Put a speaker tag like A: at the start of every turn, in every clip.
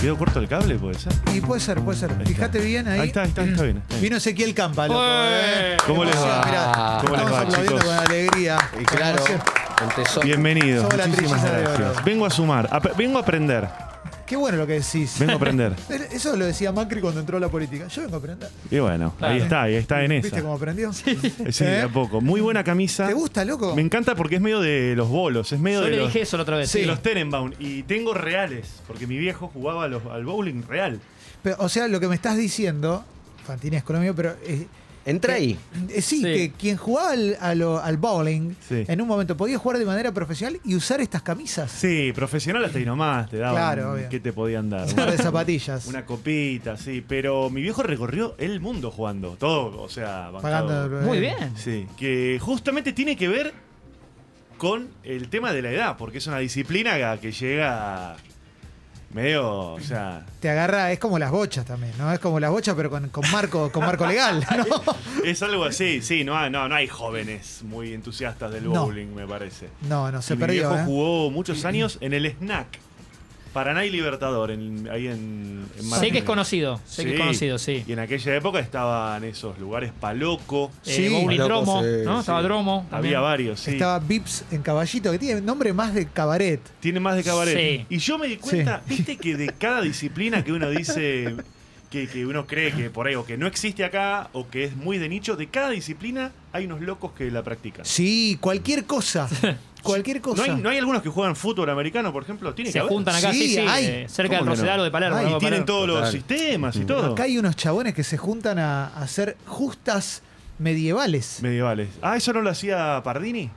A: quedó corto el cable, puede ser.
B: Y puede ser, puede ser.
A: está.
B: Fíjate bien ahí.
A: Ahí está, ahí está, está bien. ahí.
B: Vino Ezequiel Campa, loco. ¿eh?
A: ¿Cómo les va?
B: Mirá,
A: ¿Cómo les
B: estamos
A: va,
B: aplaudiendo
A: chicos?
B: con alegría.
C: Y claro,
B: Con emoción.
C: el tesoro.
A: Bienvenido.
B: Somos la
A: Muchísimas
B: trilliza de oro.
A: gracias. Vengo a sumar, a- vengo a aprender.
B: Qué bueno lo que decís.
A: Vengo a aprender.
B: Eso lo decía Macri cuando entró a la política. Yo vengo a aprender.
A: Y bueno, ahí está, ahí está en
B: ¿Viste
A: esa.
B: cómo aprendió?
A: Sí,
B: ¿Eh?
A: de a poco. Muy buena camisa.
B: ¿Te gusta, loco?
A: Me encanta porque es medio de los bolos, es medio
D: Yo
A: de
D: le
A: los,
D: dije eso la otra vez.
A: de los Tenenbaum. Y tengo reales, porque mi viejo jugaba a los- al bowling real.
B: Pero, o sea, lo que me estás diciendo, Fantinesco lo mío, pero eh,
C: Entra ahí.
B: eh, sí,
D: Sí.
B: que quien jugaba al, a lo- al bowling
A: Sí.
B: en un momento podía jugar de manera profesional y usar estas camisas.
A: Sí, profesional hasta ahí nomás, te daban.
B: Claro, obvio.
A: ¿Qué te podían dar?
B: Un par de zapatillas.
A: Ah, Una copita, sí. Pero mi viejo recorrió el mundo jugando. Todo, o sea, bancado.
B: Pagando-
D: Muy bien.
A: Sí, que justamente tiene que ver con el tema de la edad, porque es una disciplina que llega medio, o sea,
B: Te agarra, es como las bochas también, ¿no? Es como las bochas, pero con, con marco, con marco legal, ¿no?
A: es algo así, sí, no, hay- no, no hay jóvenes muy entusiastas del
B: No.
A: bowling, me parece.
B: No, no, se
A: Y mi
B: perdió.
A: viejo
B: ¿eh?
A: jugó muchos años en el snack. Paraná y Libertador, en- ahí en, en
D: Sé
A: Martínez.
D: que es conocido, sé que es conocido, sí.
A: Y en aquella época estaban esos lugares paloco,
D: Eh,
B: Sí.
D: Bowling
C: Loco,
D: Dromo,
C: sí,
D: ¿no?
C: sí.
D: Estaba Dromo. también.
A: había varios, sí.
B: Estaba Vips en caballito, que tiene nombre más de cabaret.
A: Tiene más de cabaret.
D: Sí.
A: Y yo me di cuenta, viste que de cada disciplina que uno dice, que, que uno cree que por ahí, o que no existe acá, o que es muy de nicho, de cada disciplina hay unos locos que la practican.
B: Sí, cualquier cosa. Cualquier cosa.
A: ¿No hay, no hay algunos que juegan fútbol americano, por ejemplo? Tiene
D: Se
A: que haber.
D: juntan acá,
B: Sí,
D: sí, sí,
B: hay.
D: eh, cerca del
A: ¿Cómo que no?
D: Rosedal o de Palermo.
B: Hay,
D: algo
A: Y
D: de
A: tienen
D: Palermo.
A: todos los
C: Total.
A: sistemas y todo.
B: Ah, Acá hay unos chabones que se juntan a, a hacer justas medievales.
A: Medievales. Ah, ¿eso no lo hacía Pardini?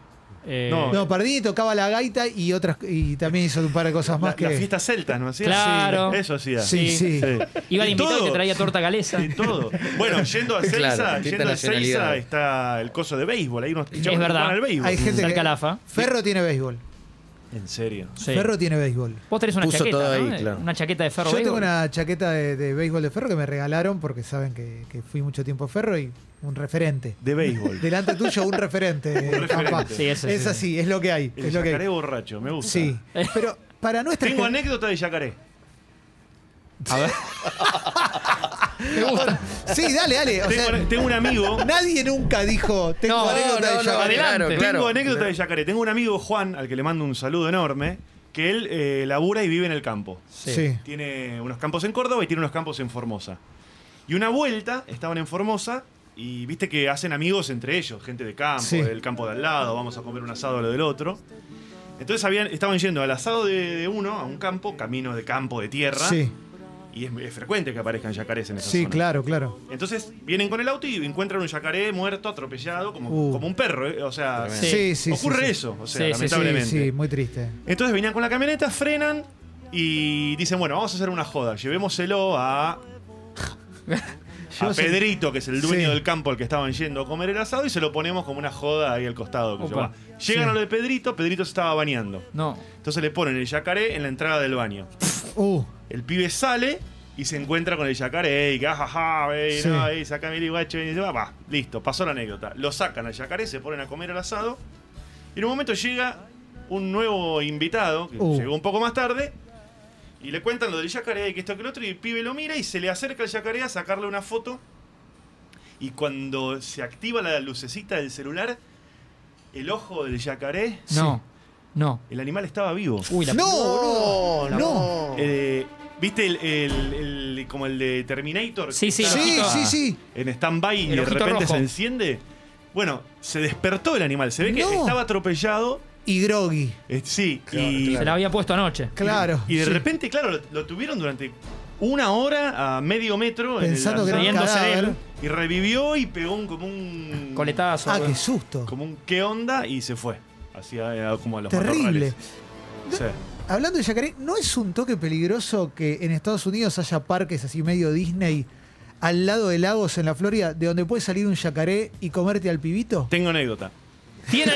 D: Eh,
A: No,
B: No, Pardini tocaba la gaita y otras y también hizo un par de cosas
A: La,
B: más que
A: la fiesta celta, ¿no hacía?
D: Claro.
A: Sí, eso hacía.
B: Sí, sí.
D: Iba al
A: Y
D: invitado y
A: todo.
D: te traía torta galesa.
A: De todo. Bueno, yendo a Celsa,
C: Claro, distintas
A: yendo a Celsa
C: nacionalidades.
A: está el coso de béisbol. Ahí unos chavos que
D: verdad.
A: juegan al béisbol.
B: Hay gente
D: Sal
B: que-
D: Calafa.
B: Ferro tiene béisbol.
A: En serio.
D: Sí.
B: Ferro tiene béisbol.
D: Vos tenés una
C: Puso
D: chaqueta,
C: todo ahí,
D: ¿no?
C: claro.
D: Una chaqueta de ferro.
B: Yo tengo
D: béisbol.
B: una chaqueta de, de béisbol de Ferro que me regalaron porque saben que, que fui mucho tiempo a Ferro y un referente.
A: De béisbol.
B: Delante tuyo un referente. eh,
A: referente.
B: Campa.
D: Sí, eso sí.
B: es así, es lo que hay.
A: El
B: es lo que hay.
A: yacaré borracho, me gusta.
B: Sí. Pero para nuestra
A: Tengo
B: gen-
A: anécdota de yacaré.
B: Sí, dale, dale. o
A: Tengo,
B: sea,
A: ane- tengo un amigo.
B: Nadie nunca dijo tengo
D: No,
B: anécdota de Java.
D: adelante.
A: Tengo anécdota de yacaré. Tengo un amigo, Juan, al que le mando un saludo enorme, que él eh, labura y vive en el campo.
B: Sí.
A: Tiene unos campos en Córdoba y tiene unos campos en Formosa. Y una vuelta, estaban en Formosa y viste que hacen amigos entre ellos, gente de campo,
B: Sí.
A: del campo de al lado, vamos a comer un asado a lo del otro. Entonces habían, estaban yendo al asado de, de uno a un campo, camino de campo, de tierra.
B: Sí,
A: Y es, es frecuente que aparezcan yacarés en esa
B: sí,
A: zona.
B: claro, claro.
A: Entonces vienen con el auto y encuentran un yacaré muerto, atropellado, como,
B: Uh.
A: como un perro. eh, O sea,
B: Sí, sí,
D: Sí.
B: sí.
A: ocurre
B: sí.
A: eso, o sea,
D: Sí, sí, sí,
A: lamentablemente.
B: Sí, sí, muy triste.
A: Entonces venían con la camioneta, frenan y dicen, bueno, vamos a hacer una joda, llevémoselo a, a
B: Yo sé-
A: Pedrito, que es el dueño
B: Sí.
A: del campo al que estaban yendo a comer el asado, y se lo ponemos como una joda ahí al costado. que se
D: Opa.
A: va. Llegan a lo de Pedrito, Pedrito se estaba bañando.
D: No.
A: Entonces le ponen el yacaré en la entrada del baño.
B: Uh,
A: El pibe sale y se encuentra con el yacaré, y que "Ah, jajaja, ey,
B: Sí.
A: no, ey, sacame el guacho, y dice, va, va, listo, pasó la anécdota. Lo sacan al yacaré, se ponen a comer el asado, y en un momento llega un nuevo invitado, que
B: Uh.
A: llegó un poco más tarde, y le cuentan lo del yacaré, y que esto que el otro, y el pibe lo mira y se le acerca al yacaré a sacarle una foto, y cuando se activa la lucecita del celular, el ojo del yacaré,
D: No. No.
A: el animal estaba vivo.
D: Uy, la
B: no, no, no.
A: Eh, ¿Viste el, el- el- como el de Terminator?
D: Sí, sí,
A: Está
B: Sí,
D: ojito-
B: sí, sí.
A: En stand-by y
D: El
A: de
D: ojito
A: repente
D: rojo.
A: se enciende. Bueno, se despertó el animal. Se ve que
B: No.
A: estaba atropellado.
B: Y Groggy.
A: eh, sí,
C: Claro,
A: y,
D: Se la había puesto anoche.
B: Claro.
A: y de
B: sí.
A: repente, claro, lo, lo tuvieron durante una hora a medio metro. en el
B: Pensando que era un
A: asado,
D: riéndose de él.
B: cadáver.
A: Y revivió y pegó un, como un.
D: Coletazo.
B: Ah,
D: güey.
B: qué susto.
A: Como un qué onda y se fue. Hacía eh, como a los
B: Terrible.
A: matorrales. Sí.
B: Hablando de yacaré, ¿no es un toque peligroso que en Estados Unidos haya parques así medio Disney al lado de lagos en la Florida de donde puede salir un yacaré y comerte al pibito?
A: Tengo anécdota.
D: Tiene.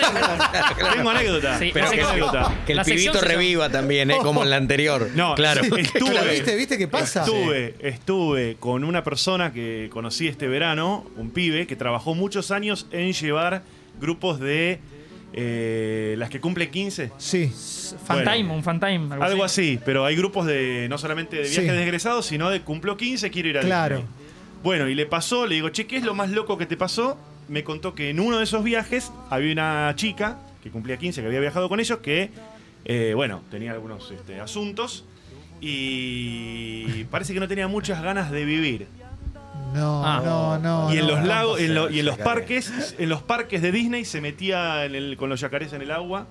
A: Tengo anécdota.
D: Sí,
A: Tengo
D: hace como-
A: anécdota.
C: Que el
D: La sección
C: pibito
D: se llama-
C: reviva también, ¿eh? como en la anterior.
A: No,
C: claro.
A: sí, estuve.
B: Claro, ¿Viste, ¿Viste qué pasa?
A: Estuve, estuve con una persona que conocí este verano, un pibe que trabajó muchos años en llevar grupos de eh, las que cumplen 15.
B: Sí.
D: Fantime,
A: Bueno.
D: un Fantime. Algo,
A: Algo así, pero hay grupos de no solamente de viajes
B: Sí.
A: de egresados, sino de cumplo 15, quiero ir a
B: Claro.
A: Disney. Bueno, y le pasó, le digo, che, ¿qué es lo más loco que te pasó? Me contó que en uno de esos viajes había una chica que cumplía 15, que había viajado con ellos, que, eh, bueno, tenía algunos este, asuntos y parece que no tenía muchas ganas de vivir.
B: No,
D: Ah.
B: no, no.
A: y en
B: no,
A: los
B: no.
A: lagos, en, lo- y en los
C: Yacaré.
A: parques, en los parques de Disney se metía en el- con los yacarés en el agua.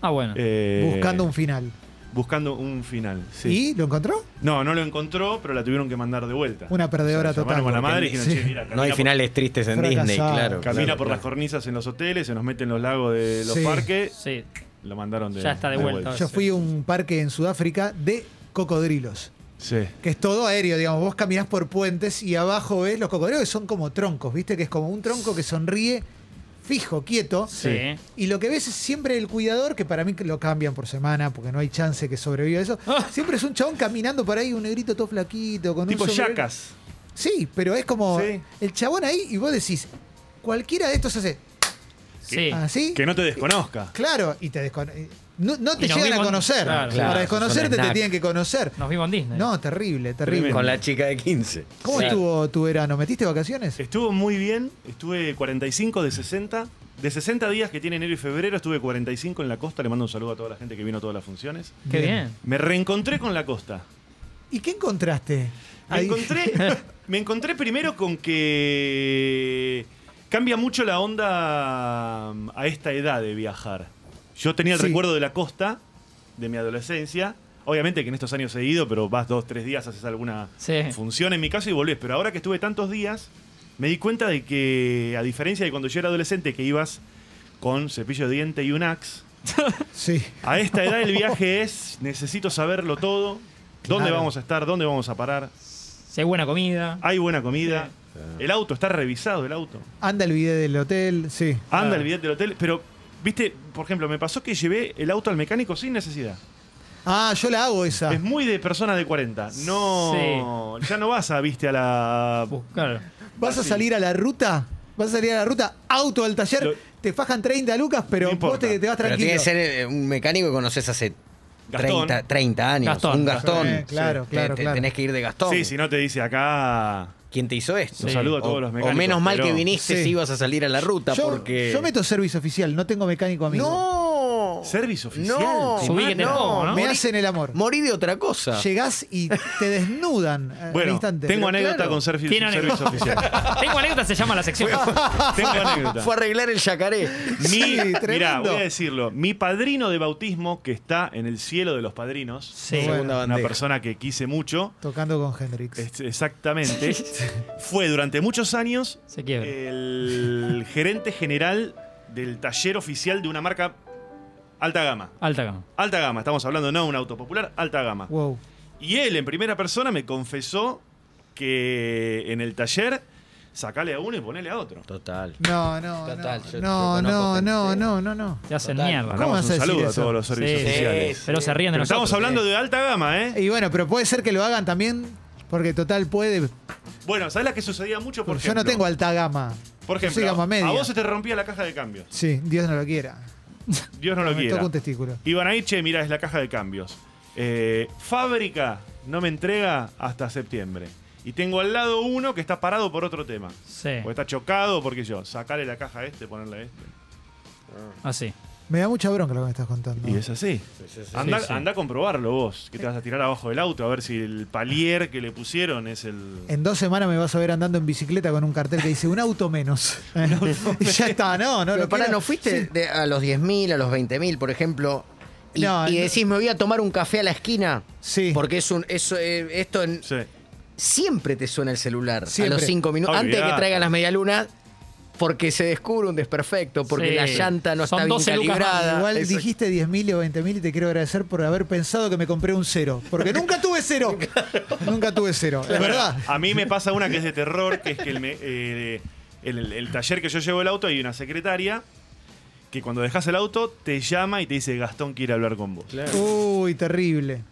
D: Ah, bueno.
A: eh,
B: Buscando un final.
A: buscando un final. sí.
B: ¿Y lo encontró?
A: No, no lo encontró, pero la tuvieron que mandar de vuelta.
B: Una perdedora
A: Se llamaron con
B: total.
A: la madre y dijeron,
B: Sí.
A: "Che, mira, camina
C: No hay
A: por-
C: finales tristes en
B: Fracasado.
C: Disney, claro.
A: Camina
C: claro,
A: por las
C: claro.
A: cornisas en los hoteles, se nos mete en los lagos de los
B: Sí.
A: parques.
D: Sí.
A: Lo mandaron de
D: Ya está de vuelta.
B: Yo fui a un parque en Sudáfrica de cocodrilos.
A: Sí.
B: Que es todo aéreo, digamos. Vos caminás por puentes y abajo ves los cocodrilos que son como troncos, ¿viste? Que es como un tronco que sonríe fijo, quieto.
D: Sí.
B: Y lo que ves es siempre el cuidador, que para mí lo cambian por semana, porque no hay chance que sobreviva eso.
D: Ah.
B: Siempre es un chabón caminando por ahí, un negrito todo flaquito, con
A: Tipo
B: un sombrero.
A: yacas.
B: Sí, pero es como
A: Sí.
B: el chabón ahí y vos decís, cualquiera de estos hace
D: Sí.
B: así.
A: Que no te desconozca.
B: Claro, y te descono- No, no
D: Y
B: te
D: nos
B: llegan a
D: vimos-
B: conocer.
D: claro,
C: claro,
B: Para
C: son
B: desconocerte te
C: snacks.
B: tienen que conocer.
D: Nos vimos en Disney.
B: No, terrible, terrible.
C: Con la chica de 15.
B: ¿Cómo
D: Sí.
B: estuvo tu verano? ¿Metiste vacaciones?
A: Estuvo muy bien, estuve 45 de 60. De 60 días que tiene enero y febrero, estuve 45 en la costa. Le mando un saludo a toda la gente que vino a todas las funciones.
D: Qué bien.
B: Bien.
A: Me reencontré con la costa.
B: ¿Y qué encontraste?
A: Me
B: Ahí-
A: encontré, me encontré primero con que cambia mucho la onda um, a esta edad de viajar. Yo tenía el
B: Sí.
A: recuerdo de la costa, de mi adolescencia. Obviamente que en estos años he ido, pero vas dos, tres días, haces alguna
D: Sí.
A: función en mi caso y volvés. Pero ahora que estuve tantos días, me di cuenta de que, a diferencia de cuando yo era adolescente, que ibas con cepillo de diente y un axe,
B: Sí.
A: a esta edad el viaje es, necesito saberlo todo, dónde
B: Claro.
A: vamos a estar, dónde vamos a parar,
D: Si hay buena comida.
A: hay buena comida. El auto está revisado, el auto.
B: Anda el video del hotel, sí.
A: Anda
D: Claro.
A: el billete del hotel, pero, viste, por ejemplo, me pasó que llevé el auto al mecánico sin necesidad.
B: Ah, yo la hago esa.
A: Es muy de persona de 40. No, ya no vas a, viste, a la...
D: Buscar.
B: Vas a
A: Así.
B: salir a la ruta, vas a salir a la ruta, auto al taller,
A: Lo-
B: te fajan 30 lucas, pero
A: No
B: vos
A: importa.
B: te, te vas
C: Pero
B: tranquilo.
C: tiene que ser eh, un mecánico que conoces hace
A: Gastón.
C: 30, 30 años.
D: Gastón.
C: Un Gastón.
B: Eh, claro,
C: Te-
B: claro,
C: te-
B: claro.
C: Tenés que ir de Gastón.
A: Sí, si no te dice acá...
C: ¿Quién te hizo esto?
A: Un
D: Sí.
A: saludo a todos
C: o,
A: los
C: o
A: mecánicos.
C: menos mal
A: pero-
C: que viniste
B: Sí.
C: si ibas a salir a la ruta
B: yo,
C: porque...
B: yo meto servicio oficial, no tengo mecánico amigo.
C: ¡No!
A: Servicio oficial.
C: No,
A: Sí,
D: Subí que te
C: no,
D: pongo, ¿no?
B: Me
C: morí-
B: hacen el amor.
C: Morí de otra cosa.
B: Llegás y te desnudan eh, al
A: Bueno,
B: instante.
A: tengo
C: Pero
A: anécdota
C: claro.
A: con servicio,
D: Tiene
A: servicio
D: anécdota.
A: oficial.
D: Tengo anécdotas, se llama la sección.
A: Tengo anécdota.
C: Fue a arreglar el yacaré.
A: Mi,
B: Sí,
A: mirá,
B: tremendo.
A: voy a decirlo. Mi padrino de bautismo, que está en el cielo de los padrinos,
D: Sí.
B: Bueno.
C: Segunda
A: una
C: bandeja.
A: persona que quise mucho,
B: Tocando con Hendrix.
A: es- exactamente, fue durante muchos años
D: Se quiebra.
A: el gerente general del taller oficial de una marca alta gama.
D: Alta gama.
A: Alta gama, estamos hablando, no un auto popular, alta gama.
B: Wow.
A: Y él en primera persona me confesó que en el taller sacale a uno y ponele a otro.
C: Total.
B: No, no.
C: Total,
B: no, no,
C: yo te conozco,
B: no, no,
C: gente.
B: no, no, no.
D: Te hacen
C: Total.
D: mierda.
B: ¿Cómo
A: Mandamos
B: vas a
A: un
B: decir
A: saludo a
B: eso?
A: todos los servicios
D: Sí,
A: oficiales.
C: sí.
D: Pero se ríen de
A: Pero
D: nosotros.
A: estamos hablando de alta gama, ¿eh?
B: Y bueno, pero puede ser que lo hagan también, porque total puede.
A: Bueno, ¿sabes la que sucedía mucho? Por
B: yo no
A: ejemplo?
B: tengo alta gama.
A: Por
B: Yo soy
A: ejemplo,
B: gama media.
A: a vos se te rompía la caja de cambios.
B: Sí, Dios no lo quiera.
A: Dios no lo
B: Me
A: quiera.
B: toca un testículo.
A: Iban ahí, che, mira, es la caja de cambios. Eh, fábrica no me entrega hasta septiembre. Y tengo al lado uno que está parado por otro tema.
D: Sí.
A: O está chocado porque yo, sacale la caja a este, ponerle a este.
D: Así.
B: Me da mucha bronca lo que me estás contando.
A: Y es así. Anda, a comprobarlo vos, que te vas a tirar abajo del auto a ver si el palier que le pusieron es el.
B: En dos semanas me vas a ver andando en bicicleta con un cartel que dice un auto menos. Y ya está, no, no.
C: Pero
B: lo
C: pará,
B: quiero.
C: ¿no fuiste
B: Sí.
C: de- a los 10.000, a los 20.000, por ejemplo? Y,
B: No,
C: y
B: no.
C: decís, me voy a tomar un café a la esquina.
B: Sí.
C: Porque es un, eso, eh, esto en-
A: Sí.
C: siempre te suena el celular
B: Siempre.
C: a los 5 minutos. Antes de que
A: Olvidate.
C: traigan las medialunas, porque se descubre un desperfecto, porque
D: Sí.
C: la llanta no
D: Son
C: está bien
D: 12 lucas más.
C: calibrada.
B: Igual
C: Eso-
B: dijiste 10.000 o 20.000 y te quiero agradecer por haber pensado que me compré un cero. Porque nunca tuve cero. nunca tuve cero. Es
A: Bueno,
B: verdad.
A: A mí me pasa una que es de terror, que es que el, me- eh, el- el- el taller que yo llevo el auto hay una secretaria que cuando dejas el auto te llama y te dice Gastón quiere hablar con vos.
B: Uy, terrible.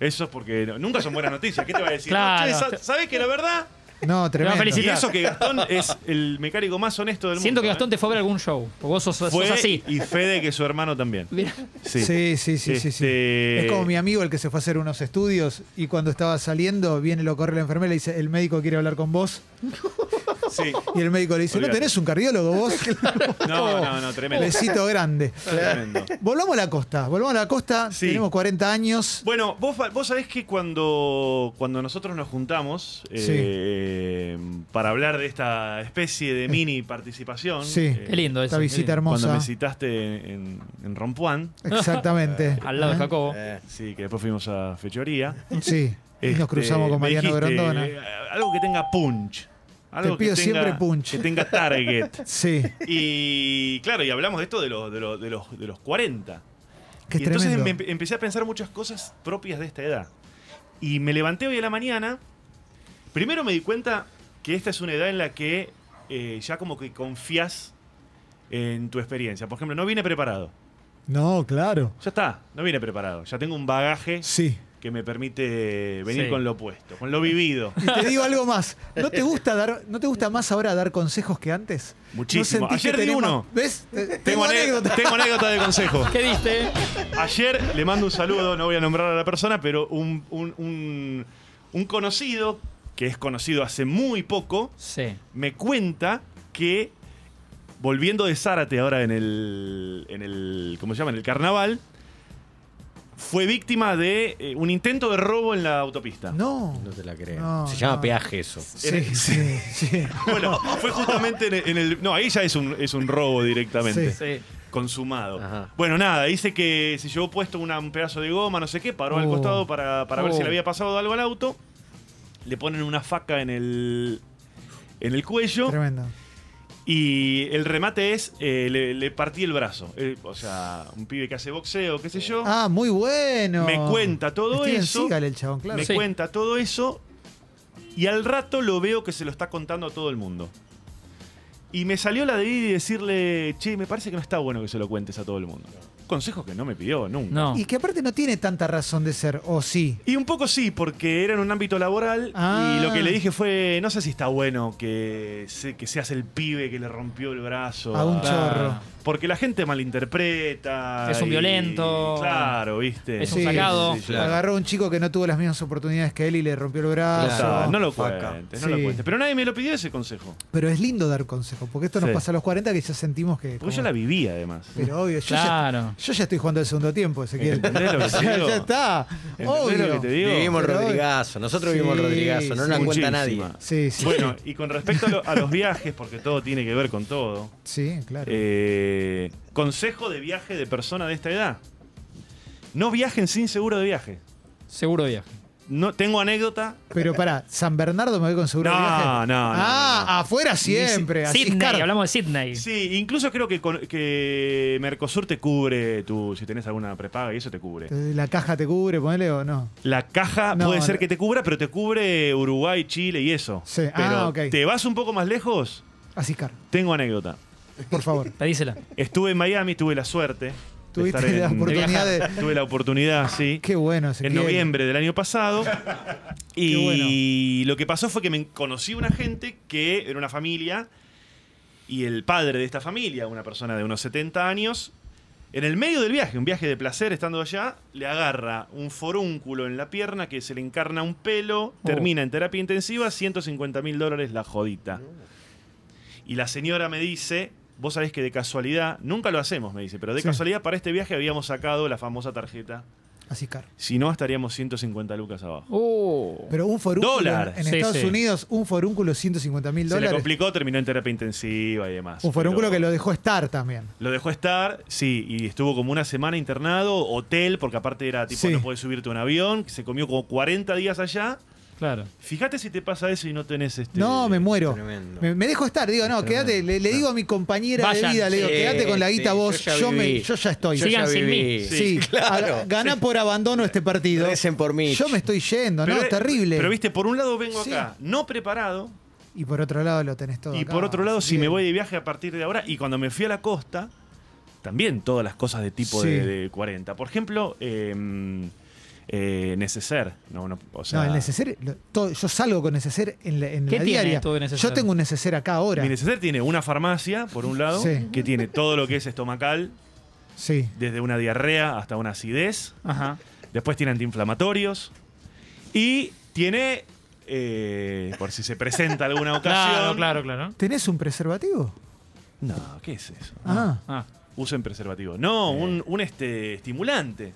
A: Eso es porque no- nunca son buenas noticias. ¿Qué te va a decir?
D: Claro.
A: "No, che, sa- ¿Sabés que la verdad?
B: No, tremendo.
A: Y
D: felicitar.
A: eso que Gastón es el mecánico más honesto del
D: Siento
A: mundo.
D: que Gastón
A: ¿eh?
D: te fue a ver algún show. Porque vos sos, sos
A: Fue
D: así.
A: Y Fede, que su hermano también.
D: Mira.
A: Sí.
B: Sí, sí, sí, sí, sí.
A: Este-
B: Es como mi amigo el que se fue a hacer unos estudios y cuando estaba saliendo viene, lo corre la enfermera y le dice, el médico quiere hablar con vos.
A: Sí.
B: Y el médico le dice, ¿no
A: Olvídate.
B: tenés un cardiólogo vos?
A: No, no, no, tremendo.
B: Besito grande.
A: Tremendo.
B: Volvamos a la costa, volvamos a la costa.
A: Sí.
B: Tenemos 40 años.
A: Bueno, vos, fa- vos sabés que cuando, cuando nosotros nos juntamos eh, para hablar de esta especie de mini participación,
B: Sí.
A: eh,
D: Qué lindo eso.
B: Esta visita
D: qué lindo.
B: hermosa.
A: cuando me citaste en, en Rompuán,
B: Exactamente.
D: Al lado de
B: ¿Eh?
D: Jacobo.
C: Eh,
A: sí, que después fuimos a Fechoría.
B: Sí. Y
A: Este,
B: nos cruzamos con
A: me
B: Mariano
A: dijiste,
B: Grondona.
A: eh, Algo que tenga punch. Algo
B: Te pido
A: que tenga,
B: siempre punch.
A: Que tenga target.
B: Sí.
A: y claro, y hablamos de esto de, los de, los de, los, de los 40.
B: Que
A: y
B: es
A: entonces
B: tremendo.
A: me empe- empecé a pensar muchas cosas propias de esta edad. Y me levanté hoy a la mañana. Primero me di cuenta que esta es una edad en la que eh, ya como que confías en tu experiencia. Por ejemplo, no vine preparado.
B: No, claro.
A: Ya está, no vine preparado. Ya tengo un bagaje
B: Sí.
A: que me permite venir
D: Sí.
A: con lo opuesto, con lo vivido.
B: Y te digo algo más. ¿No te gusta dar, no te gusta más ahora dar consejos que antes? ¿No
A: Muchísimo.
B: sentís que
A: Ayer di
B: tenés
A: uno.
B: más- ¿Ves? Eh,
A: Tengo,
B: Tengo
A: ane-
B: anécdota.
A: tengo anécdota de consejo.
D: ¿Qué diste?
A: Ayer le mando un saludo, no voy a nombrar a la persona, pero un, un- un- un conocido, que es conocido hace muy poco,
D: Sí.
A: me cuenta que, volviendo de Zárate ahora en el, en el ¿cómo se llama? En el carnaval, fue víctima de eh, un intento de robo en la autopista.
B: No.
C: no te la creo.
B: No,
C: Se llama
B: no.
C: peaje eso.
B: Sí, sí, sí.
A: Bueno, fue justamente en el, en el- No, ahí ya es un, es un robo directamente.
B: Sí.
D: Sí.
A: consumado.
C: Ajá.
A: Bueno, nada, dice que se llevó puesto una- un pedazo de goma, no sé qué, paró al
B: Oh.
A: costado para, para ver
D: Oh.
A: si le había pasado algo al auto. Le ponen una faca en el, en el cuello
B: Tremendo.
A: y el remate es, eh, le, le partí el brazo. Eh, o sea, un pibe que hace boxeo, qué sé yo.
B: Ah, muy bueno.
A: Me cuenta todo
B: Steven
A: eso.
B: Seagal, el chabón, claro.
A: Me
D: Sí.
A: cuenta todo eso y al rato lo veo que se lo está contando a todo el mundo. Y me salió la de ir y decirle, che, me parece que no está bueno que se lo cuentes a todo el mundo. Consejo que no me pidió nunca.
D: No.
B: Y que aparte no tiene tanta razón de ser, o sí.
A: Y un poco sí, porque era en un ámbito laboral
B: Ah.
A: y lo que le dije fue, no sé si está bueno que, se- que seas el pibe que le rompió el brazo.
B: A un
A: a-
B: chorro.
A: porque la gente malinterpreta.
D: Es un
A: y-
D: violento.
A: Claro, viste.
D: Es un sacado.
C: Claro.
B: Agarró a un chico que no tuvo las mismas oportunidades que él y le rompió el brazo.
A: Total, No lo
C: Faca.
A: cuentes, no lo
B: Sí.
A: cuentes. Pero nadie me lo pidió ese consejo.
B: Pero es lindo dar consejos, porque esto nos
A: Sí.
B: pasa a los 40 que ya sentimos que.
A: Porque
B: como-
A: yo la viví además.
B: Pero obvio, yo,
D: Claro.
B: ya, yo ya estoy jugando el segundo tiempo, Ezequiel.
A: ¿Entendés lo que te
B: ya,
A: digo?
B: ya está.
A: ¿Entendés
B: Obvio.
A: lo que te digo?
C: Vivimos el
B: Pero-
C: Rodrigazo. Nosotros vivimos el
B: Sí,
C: Rodrigazo. No
B: sí.
C: nos la cuenta
A: Muchísima.
C: nadie.
B: Sí, sí.
A: Bueno, y con respecto a, lo- a los viajes, porque todo tiene que ver con todo.
B: Sí, claro.
A: eh, consejo de viaje de persona de esta edad. No viajen sin seguro de viaje.
D: Seguro de viaje.
A: No, tengo anécdota.
B: Pero pará, ¿San Bernardo me voy con seguro de
A: No,
B: viaje?
A: no, no,
B: Ah,
A: no, no.
B: afuera siempre. Eh, así
D: Sydney.
B: Scar-
D: Hablamos de Sydney.
A: Sí, incluso creo que, con- que Mercosur te cubre tu, si tenés alguna prepaga y eso te cubre.
B: La caja te cubre, ponele o no.
A: La caja
B: No,
A: puede ser
B: no.
A: que te cubra, pero te cubre Uruguay, Chile y eso.
B: Sí, ah,
A: Pero
B: ok.
A: te vas un poco más lejos,
B: Así, Car,
A: tengo anécdota.
B: por favor.
D: Pedísela.
A: Estuve en Miami, tuve la suerte. de
B: Tuviste
A: estar
B: la
A: en-
B: oportunidad de.
A: Tuve la oportunidad, sí.
B: Qué bueno,
A: En
B: Ezequiel.
A: noviembre del año pasado. Y lo que pasó fue que me conocí una gente que era una familia y el padre de esta familia, una persona de unos 70 años, en el medio del viaje, un viaje de placer estando allá, le agarra un forúnculo en la pierna que se le encarna un pelo,
B: Oh.
A: termina en terapia intensiva, 150 mil dólares la jodita. Y la señora me dice, vos sabés que de casualidad, nunca lo hacemos, me dice, pero de
B: Sí.
A: casualidad para este viaje habíamos sacado la famosa tarjeta.
B: Así, Car.
A: Si no, estaríamos 150 lucas abajo.
D: Oh.
B: Pero un forúnculo
A: Dólar.
B: en
D: Sí,
B: Estados
D: sí.
B: Unidos, un forúnculo 150 mil
A: Se le
B: dólares.
A: complicó, terminó en terapia intensiva y demás.
B: Un forúnculo
A: Pero
B: que lo dejó estar también.
A: Lo dejó estar, sí, y estuvo como una semana internado, hotel, porque aparte era tipo,
B: Sí.
A: no podés subirte a un avión, que se comió como 40 días allá.
D: Claro.
A: Fíjate si te pasa eso y no tenés este.
B: No, me muero.
C: Tremendo.
B: Me, me dejo estar. Digo, no, quédate. Le, le digo a mi compañera
D: Vayan.
B: de vida, le digo,
D: Sí,
B: quédate con la guita
C: sí,
B: vos.
C: yo ya
B: Yo, me,
C: viví.
B: yo ya estoy.
C: Yo
D: Sigan
C: ya
D: sin
C: viví.
D: mí.
B: Sí,
C: claro.
B: a- ganá por abandono este partido.
C: Recen por mí.
B: Yo me estoy yendo,
A: Pero- eh,
B: ¿no? Terrible.
A: Pero viste, por un lado vengo
B: Sí.
A: acá, no preparado,
B: y por otro lado lo tenés todo.
A: y
B: acá,
A: por otro lado,
B: así
A: si
B: que-
A: me voy de viaje a partir de ahora, y cuando me fui a la costa, también todas las cosas de tipo
B: Sí.
A: de, de 40. Por ejemplo, eh, eh, neceser. No, no, o sea,
B: no, el neceser, lo- todo- yo salgo con neceser en la, en
D: ¿Qué
B: la
D: tiene
B: diaria.
D: todo el neceser?
B: Yo tengo un neceser acá ahora.
A: Mi neceser tiene una farmacia, por un lado,
B: Sí.
A: que tiene todo lo que es estomacal,
B: Sí.
A: desde una diarrea hasta una acidez.
D: Ajá.
A: Después tiene antiinflamatorios. Y tiene, eh, por si se presenta alguna ocasión.
D: Claro, claro, claro.
B: ¿Tenés un preservativo?
A: No, ¿qué es eso?
B: Ah.
D: Ah.
A: Usen preservativo. No, un, un, este, estimulante.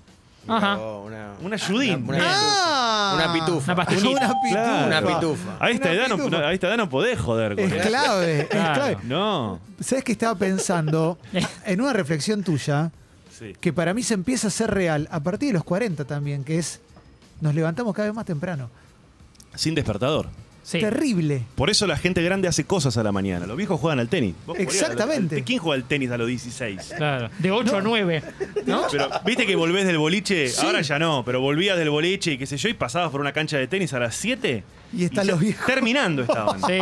D: Ajá.
C: No, Una,
A: Un ayudín.
C: Una, una
B: Ah.
C: Una pitufa.
D: Una pastillita.
B: Una pitufa.
A: Claro.
C: Una pitufa.
A: A esta,
B: Una
A: edad no,
B: pitufa.
A: no, a esta edad no podés joder con
B: Es
A: eso.
B: clave, es
D: Claro.
B: clave.
A: No.
B: ¿Sabes que estaba pensando en una reflexión tuya
A: Sí.
B: que para mí se empieza a ser real a partir de los 40 también, que es nos levantamos cada vez más temprano.
A: Sin despertador.
D: Sí.
B: Terrible.
A: Por eso la gente grande hace cosas a la mañana. Los viejos juegan al tenis. Vos podías-
B: Exactamente.
A: al- ¿Quién juega al tenis a los 16?
D: Claro. De 8 a 9. ¿No?
A: Pero viste que volvés del boliche,
B: Sí.
A: ahora ya no, pero volvías del boliche y qué sé yo, y pasabas por una cancha de tenis a las 7.
B: Y están
A: ya
B: los viejos.
A: Terminando estaban.
D: Sí.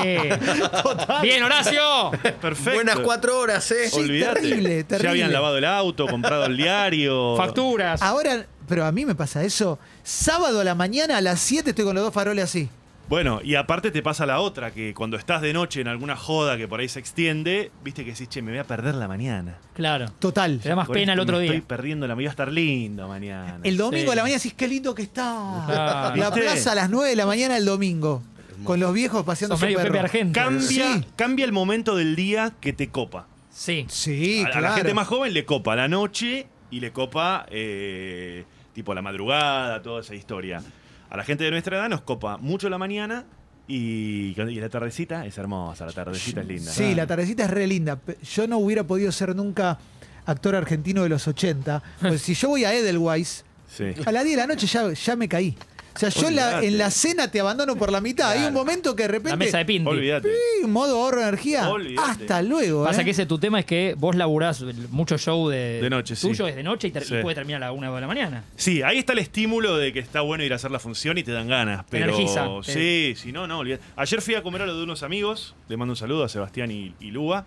D: Bien, Horacio.
A: Perfecto.
C: Buenas cuatro horas, ¿eh?
B: Sí,
A: Olvídate.
B: terrible,
A: Ya
B: terrible.
A: habían lavado el auto, comprado el diario.
D: Facturas.
B: Ahora, pero a mí me pasa eso. Sábado a la mañana a las 7 estoy con los dos faroles así.
A: Bueno, y aparte te pasa la otra, que cuando estás de noche en alguna joda que por ahí se extiende, viste que decís, che, me voy a perder la mañana.
D: Claro.
B: Total.
D: Te da más
A: Con
D: pena el
A: esto
D: otro
A: me
D: día.
A: Estoy perdiendo la me voy a estar lindo mañana.
B: El domingo
D: Sí.
B: a la mañana decís qué lindo que está.
D: Ah,
B: la
A: ¿viste?
B: plaza a las 9 de la mañana el domingo. Con los viejos paseando
D: Sos
B: su
D: medio
B: perro.
D: Pepe Argento.
A: Cambia,
B: Sí.
A: cambia el momento del día que te copa.
D: Sí.
B: Sí,
A: a, a
B: claro.
A: la gente más joven le copa la noche y le copa eh, tipo la madrugada, toda esa historia. A la gente de nuestra edad nos copa mucho la mañana y, y la tardecita es hermosa, la tardecita es linda.
B: Sí, la tardecita es re linda. Pe- Yo no hubiera podido ser nunca actor argentino de los 80. Pues si yo voy a Edelweiss,
A: Sí.
B: a las 10 de la noche ya, ya me caí. O sea, yo en la- en la cena te abandono por la mitad. Hay un momento que de repente.
D: La mesa de Pinti.
A: Olvídate.
B: Sí, modo ahorro de energía.
A: Olvídate.
B: Hasta luego.
D: Pasa
B: ¿eh?
D: que ese tu tema es que vos laburás el- mucho show de,
A: De noche, sí.
D: tuyo es de noche y, ter- y
A: Sí.
D: puede terminar a la una de la mañana.
A: Sí, ahí está el estímulo de que está bueno ir a hacer la función y te dan ganas.
D: Te
A: Pero
D: energiza,
A: sí, si no, no. olvidate. Ayer fui a comer a lo de unos amigos, le mando un saludo a Sebastián y, y Lua,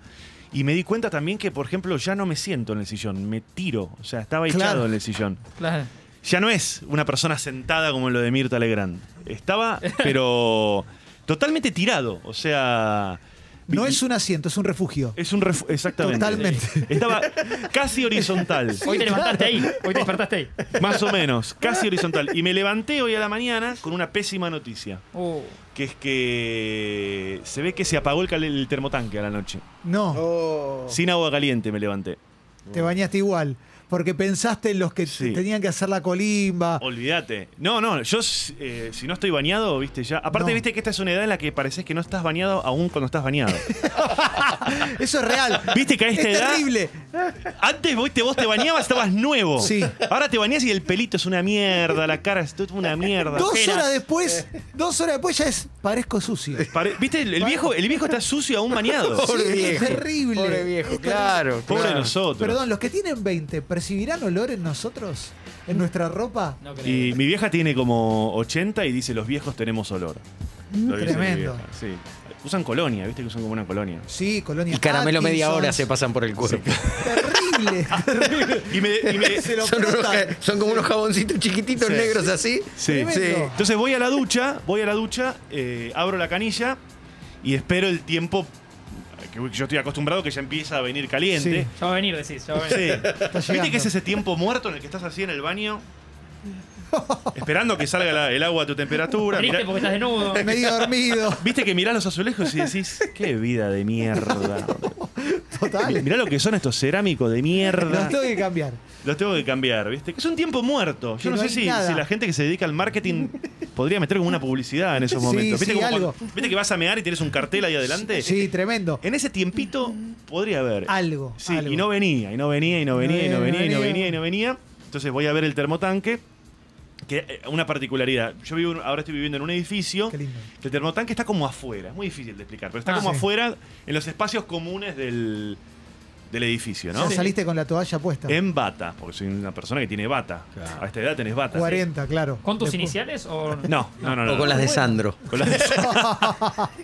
A: y me di cuenta también que, por ejemplo, ya no me siento en el sillón, me tiro, o sea, estaba echado
B: Claro.
A: en el sillón.
D: Claro.
A: Ya no es una persona sentada como lo de Mirta Legrand. Estaba, pero totalmente tirado, o sea...
B: No
A: vi-
B: es un asiento, es un refugio.
A: es un ref- exactamente.
B: Totalmente.
A: Estaba casi horizontal.
D: Hoy te levantaste ahí, hoy te despertaste ahí.
A: Más o menos, casi horizontal. Y me levanté hoy a la mañana con una pésima noticia,
D: Oh.
A: que es que se ve que se apagó el, cal- el termotanque a la noche.
B: No,
C: Oh.
A: Sin agua caliente me levanté.
B: te bañaste igual. Porque pensaste en los que
A: Sí.
B: tenían que hacer la colimba.
A: Olvídate. No, no, yo eh, si no estoy bañado, viste ya. Aparte,
B: No.
A: viste que esta es una edad en la que pareces que no estás bañado aún cuando estás bañado.
B: Eso es real.
A: Viste que a esta
B: es
A: edad-
B: terrible.
A: Antes viste, vos te bañabas, estabas nuevo.
B: Sí.
A: Ahora te bañás y el pelito es una mierda, la cara es toda una mierda.
B: Dos
D: Apenas.
B: horas después, dos horas después ya es parezco sucio.
A: Pare- viste, el, el viejo, el viejo está sucio aún bañado.
C: Pobre
B: Sí,
C: viejo.
B: Es terrible.
C: Pobre
B: Es
C: viejo,
B: terrible.
C: claro.
A: Pobre
C: claro.
A: nosotros.
B: Perdón, los que tienen 20, ¿percibirán olor en nosotros? ¿En nuestra ropa?
D: No creo.
A: Y mi vieja tiene como 80 y dice, los viejos tenemos olor. Lo dice mi
B: Tremendo.
A: vieja, Sí. Usan colonia, viste que usan como una colonia.
B: Sí, colonia.
C: Y caramelo media
B: Atkinson.
C: hora se pasan por el cuerpo.
B: Terrible. terrible.
A: Y me- y me-
B: Se lo
C: Son, unos
B: frotan.
C: ja- son como unos jaboncitos chiquititos
A: Sí.
C: negros así.
A: Sí.
B: Tremendo.
A: Entonces voy a la ducha, voy a la ducha, eh, abro la canilla y espero el tiempo que yo estoy acostumbrado que ya empieza a venir caliente.
D: Ya va a venir, decís, ya va a
A: Sí.
D: venir.
A: ¿Viste
B: llegando.
A: que es ese tiempo muerto en el que estás así en el baño? Esperando que salga la- el agua a tu temperatura.
D: Triste
A: Mirá-
D: porque estás desnudo.
B: Medio dormido.
A: Viste que mirás los azulejos y decís, qué vida de mierda. Mi-
B: Total.
A: Mirá lo que son estos cerámicos de
B: Los
A: mierda.
B: tengo que cambiar.
A: Los tengo que cambiar, ¿viste? Que es un tiempo muerto.
B: Que
A: Yo no
B: no
A: sé
B: hay
A: si,
B: nada.
A: si la gente que se dedica al marketing podría meter como una publicidad en esos
B: Sí,
A: momentos. ¿Viste,
B: sí,
A: como
B: algo.
A: cuando- viste que vas a mear y tienes un cartel ahí adelante?
B: Sí, tremendo.
A: En ese tiempito podría haber.
B: Algo,
A: Sí,
B: algo.
A: y no venía, y no venía, y no venía, y no venía, y no venía, y
B: no
A: no venía. Entonces voy a ver el termotanque. Que eh, una particularidad. Yo vivo, en- ahora estoy viviendo en un edificio.
B: Qué lindo.
A: El termotanque está como afuera, es muy difícil de explicar, pero está
D: Ah,
A: como
B: sí.
A: afuera en los espacios comunes del, del edificio,
B: Ya
A: ¿no? Em-
B: saliste con la toalla puesta.
A: En bata, porque soy una persona que tiene bata.
C: Claro.
A: A esta edad tenés bata.
B: 40, claro.
D: ¿Con tus
B: Después-
D: iniciales o
A: No, no, no. no,
C: O con
A: no.
C: las de Sandro,
A: Con las de-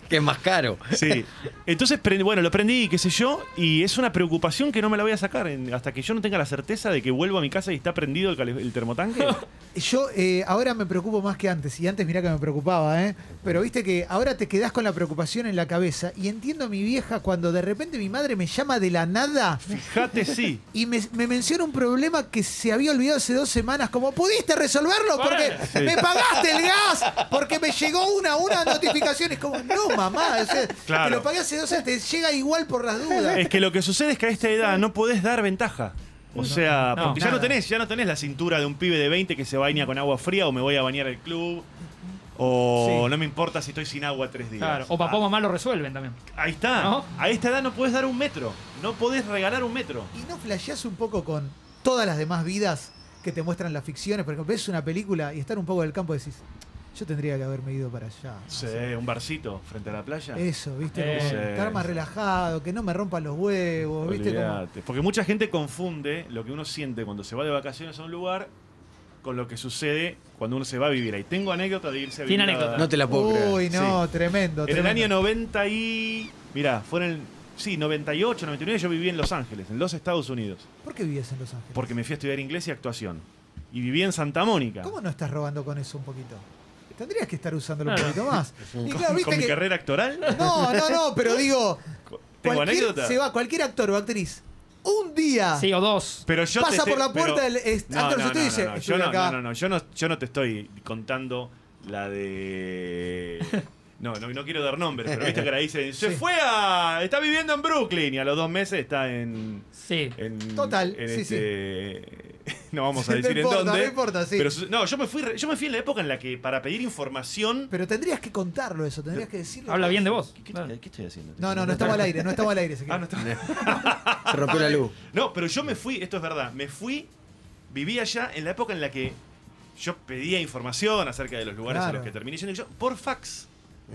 C: que es más caro.
A: Sí. Entonces, prend- bueno, lo prendí, qué sé yo, y es una preocupación que no me la voy a sacar en- hasta que yo no tenga la certeza de que vuelvo a mi casa y está prendido el, cale- el termotanque.
B: Yo eh, ahora me preocupo más que antes, y antes mirá que me preocupaba, ¿eh? Pero viste que ahora te quedás con la preocupación en la cabeza, y entiendo a mi vieja cuando de repente mi madre me llama de la nada
A: Fíjate, sí.
B: y me, me menciona un problema que se había olvidado hace dos semanas, como pudiste resolverlo porque
A: Sí.
B: me pagaste el gas, porque me llegó una, una notificación, es como, no mamá, o sea,
A: Claro.
B: te lo pagué hace dos semanas, te llega igual por las dudas.
A: Es que lo que sucede es que a esta edad no podés dar ventaja. O sea,
D: no,
A: porque ya no
D: nada.
A: tenés, ya no tenés la cintura de un pibe de 20 que se baña con agua fría o me voy a bañar al club. O no me importa si estoy sin agua tres días.
D: Claro. O papá o mamá lo resuelven también.
A: Ah, ahí está.
D: ¿No?
A: A esta edad no podés dar un metro. No podés regalar un metro.
B: ¿Y no flasheás un poco con todas las demás vidas que te muestran las ficciones? Porque ves una película y estar un poco del campo decís, yo tendría que haberme ido para allá.
A: Sí, un barcito frente a la playa.
B: Eso, ¿viste? Como
D: Eh.
A: Sí,
B: estar más
A: sí.
B: relajado, que no me rompan los huevos, ¿viste? Como-
A: Olvidate. Porque mucha gente confunde lo que uno siente cuando se va de vacaciones a un lugar con lo que sucede cuando uno se va a vivir ahí. Tengo anécdota de irse a vivir.
D: Tiene
A: a-
D: anécdota.
C: No te la puedo creer.
B: Uy, no, tremendo.
A: En el año 90 y... Mirá, fue en el... Sí, 98, 99 yo viví en Los Ángeles, en los Estados Unidos.
B: ¿Por qué vivías en Los Ángeles?
A: Porque me fui a estudiar inglés y actuación. Y viví en Santa Mónica.
B: ¿Cómo no estás robando con eso un poquito? Tendrías que estar usándolo un
D: Claro.
B: poquito más. Y claro,
A: Con,
B: viste
A: con mi
B: que-
A: carrera actoral.
B: No, no, no, pero digo,
A: Tengo
B: cualquier-
A: anécdota.
B: se va, cualquier actor o actriz, un
C: Ah.
B: día
D: Sí, o dos.
A: Pero yo te
B: Pasa
A: estoy-
B: por la puerta
A: pero-
B: del est- Actors Studio y dice,
A: no, no, yo
B: "Estuve
A: no,
B: acá".
A: no, no, no, yo no, yo no te estoy contando la de... No, no, no quiero dar nombres, pero viste que ahora dicen, se
B: Sí.
A: fue a... Está viviendo en Brooklyn y a los dos meses está en...
D: Sí.
A: en-
B: Total,
A: en
B: sí,
A: este- No vamos a
B: No
A: decir
B: importa,
A: en dónde.
B: no importa, sí.
A: Pero su- no, yo me, fui, re- yo me fui en la época en la que para pedir información...
B: Pero tendrías que contarlo eso, tendrías que decirlo.
D: Habla bien de vos.
A: ¿Qué, qué- qué estoy haciendo?
B: No, no, no estamos al aire, no estamos al aire. Ezequiel.
A: Ah, no, está-
C: Se rompió la luz.
A: No, pero yo me fui, esto es verdad, me fui, viví allá en la época en la que yo pedía información acerca de los lugares a
B: Claro.
A: los que terminé yendo yo, por fax.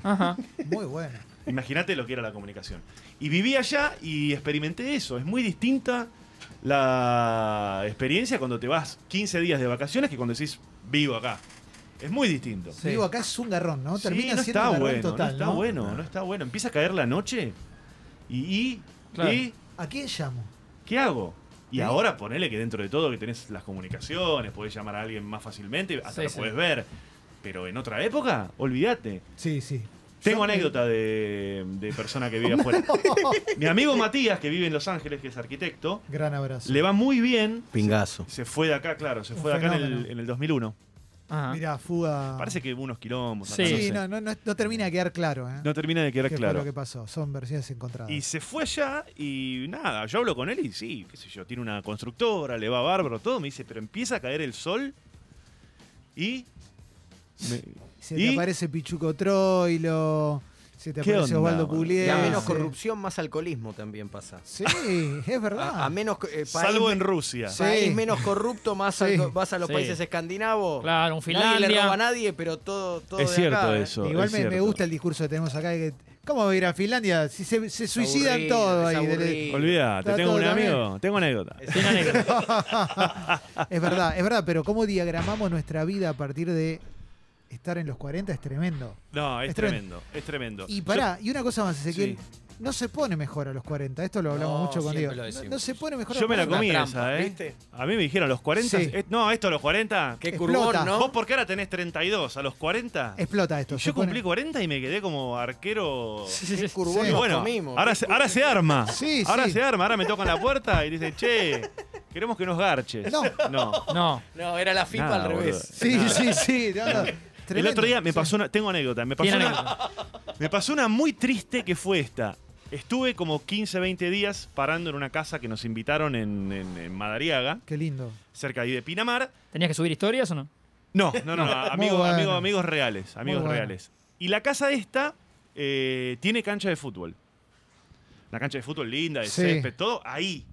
D: Ajá.
B: Muy bueno.
A: Imagínate lo que era la comunicación. Y viví allá y experimenté eso. Es muy distinta la experiencia cuando te vas 15 días de vacaciones que cuando decís vivo acá. Es muy distinto.
D: Sí.
B: Digo, acá es un garrón, ¿no?
A: Sí,
B: Termina
A: no
B: siendo
A: está
B: un garrón
A: bueno,
B: total.
A: no está bueno, no está bueno. Empieza a caer la noche y, y-
D: Claro.
A: y
B: ¿A quién llamo?
A: ¿qué hago? Y
B: Sí.
A: ahora ponele que dentro de todo que tenés las comunicaciones, podés llamar a alguien más fácilmente, hasta
D: Sí,
A: lo
D: sí.
A: podés ver. Pero en otra época, olvídate.
B: Sí, sí.
A: Tengo
B: Yo-
A: anécdota de, de persona que vive afuera. Mi amigo Matías, que vive en Los Ángeles, que es arquitecto,
B: Gran abrazo.
A: le va muy bien.
C: Pingazo.
A: Se fue de acá, claro, se
B: Un
A: fue de acá en el,
B: fenómeno.
A: en el 2001.
D: Ajá.
B: Mirá, fuga.
A: Parece que hubo unos quilombos.
D: Sí.
A: acá,
B: sí,
A: no, sé.
B: no, no, no, no termina de quedar claro, ¿eh?
A: No termina de quedar
B: ¿Qué fue
A: claro.
B: lo que pasó? Son versiones encontradas.
A: Y se fue allá y nada, yo hablo con él y sí, qué sé yo, tiene una constructora, le va bárbaro, todo. Me dice, pero empieza a caer el sol y. me-
B: se
A: y-
B: te aparece Pichuco Troilo, se te
A: ¿Qué
B: aparece
A: onda,
B: Osvaldo
A: boludo?
C: Y
B: Pugliese.
C: a
A: Sí.
C: menos corrupción, más alcoholismo también pasa.
B: Sí, es verdad.
C: A, a menos eh, país,
A: salvo en Rusia.
B: Sí.
C: país menos corrupto, más
B: Sí.
C: alco- vas a los
D: Sí.
C: países escandinavos.
D: Claro, un
C: Nadie le roba a
D: Finlandia.
C: nadie, pero todo, todo
A: es
C: de
A: cierto
C: acá, ¿eh?
A: eso.
B: Igual
A: es
B: me, me
A: cierto.
B: gusta el discurso que tenemos acá. de que, ¿Cómo va a ir a Finlandia? Si se, se
C: Es
B: suicidan
C: aburrido,
B: todos
C: es
B: ahí. de-
C: aburrido.
A: Olvídate,
B: Está
A: tengo
B: todo
A: un
B: también.
A: amigo, tengo anécdota.
D: Tiene anécdota.
B: es verdad, es verdad, pero cómo diagramamos nuestra vida a partir de estar en los 40 es tremendo.
A: No, es
B: Es
A: tremendo, es tremendo.
B: Y pará, y una cosa más, Ezequiel.
A: Sí.
B: No se pone mejor a los 40. Esto lo hablamos
C: No,
B: mucho con
C: siempre
B: Diego.
C: lo
B: No,
C: decimos.
B: no se pone mejor a
A: Yo, yo me la
B: los
C: Una
A: comí
B: 40.
A: esa,
C: trampa,
A: ¿eh?
C: ¿viste?
A: A mí me dijeron, los 40.
B: Sí.
A: eh, no, esto a los 40.
C: Qué
B: Explota.
C: curvón, ¿no?
A: ¿Vos por qué ahora tenés 32? ¿A los 40?
B: Explota esto.
A: Y
B: se
A: yo
B: pone-
A: cumplí 40 y me quedé como arquero.
D: Sí, sí,
C: Qué
D: sí.
C: curvón
B: Sí.
A: Y
C: nos
A: bueno,
C: comimos.
A: ahora se, ahora se arma.
B: Sí,
A: ahora
B: sí.
A: se arma, ahora me tocan la puerta y dicen, che, queremos que nos garches.
B: No.
A: No.
D: No.
C: No, era la FIFA
A: Nada,
C: al revés.
A: boludo.
B: Sí, sí, sí. no, no,
A: El
B: tremendo.
A: otro día me pasó una. Tengo anécdota. Me pasó,
D: Tiene
A: una,
D: anécdota.
A: me pasó una muy triste que fue esta. Estuve como 15, 20 días parando en una casa que nos invitaron en, en- en Madariaga,
B: Qué lindo.
A: cerca ahí de Pinamar.
D: ¿Tenías que subir historias o no?
A: No, no, no, amigos,
B: Muy bueno.
A: amigos, amigos reales, amigos
B: bueno.
A: reales. Y la casa esta eh, tiene cancha de fútbol. Una cancha de fútbol linda, de
B: Sí.
A: césped, todo ahí.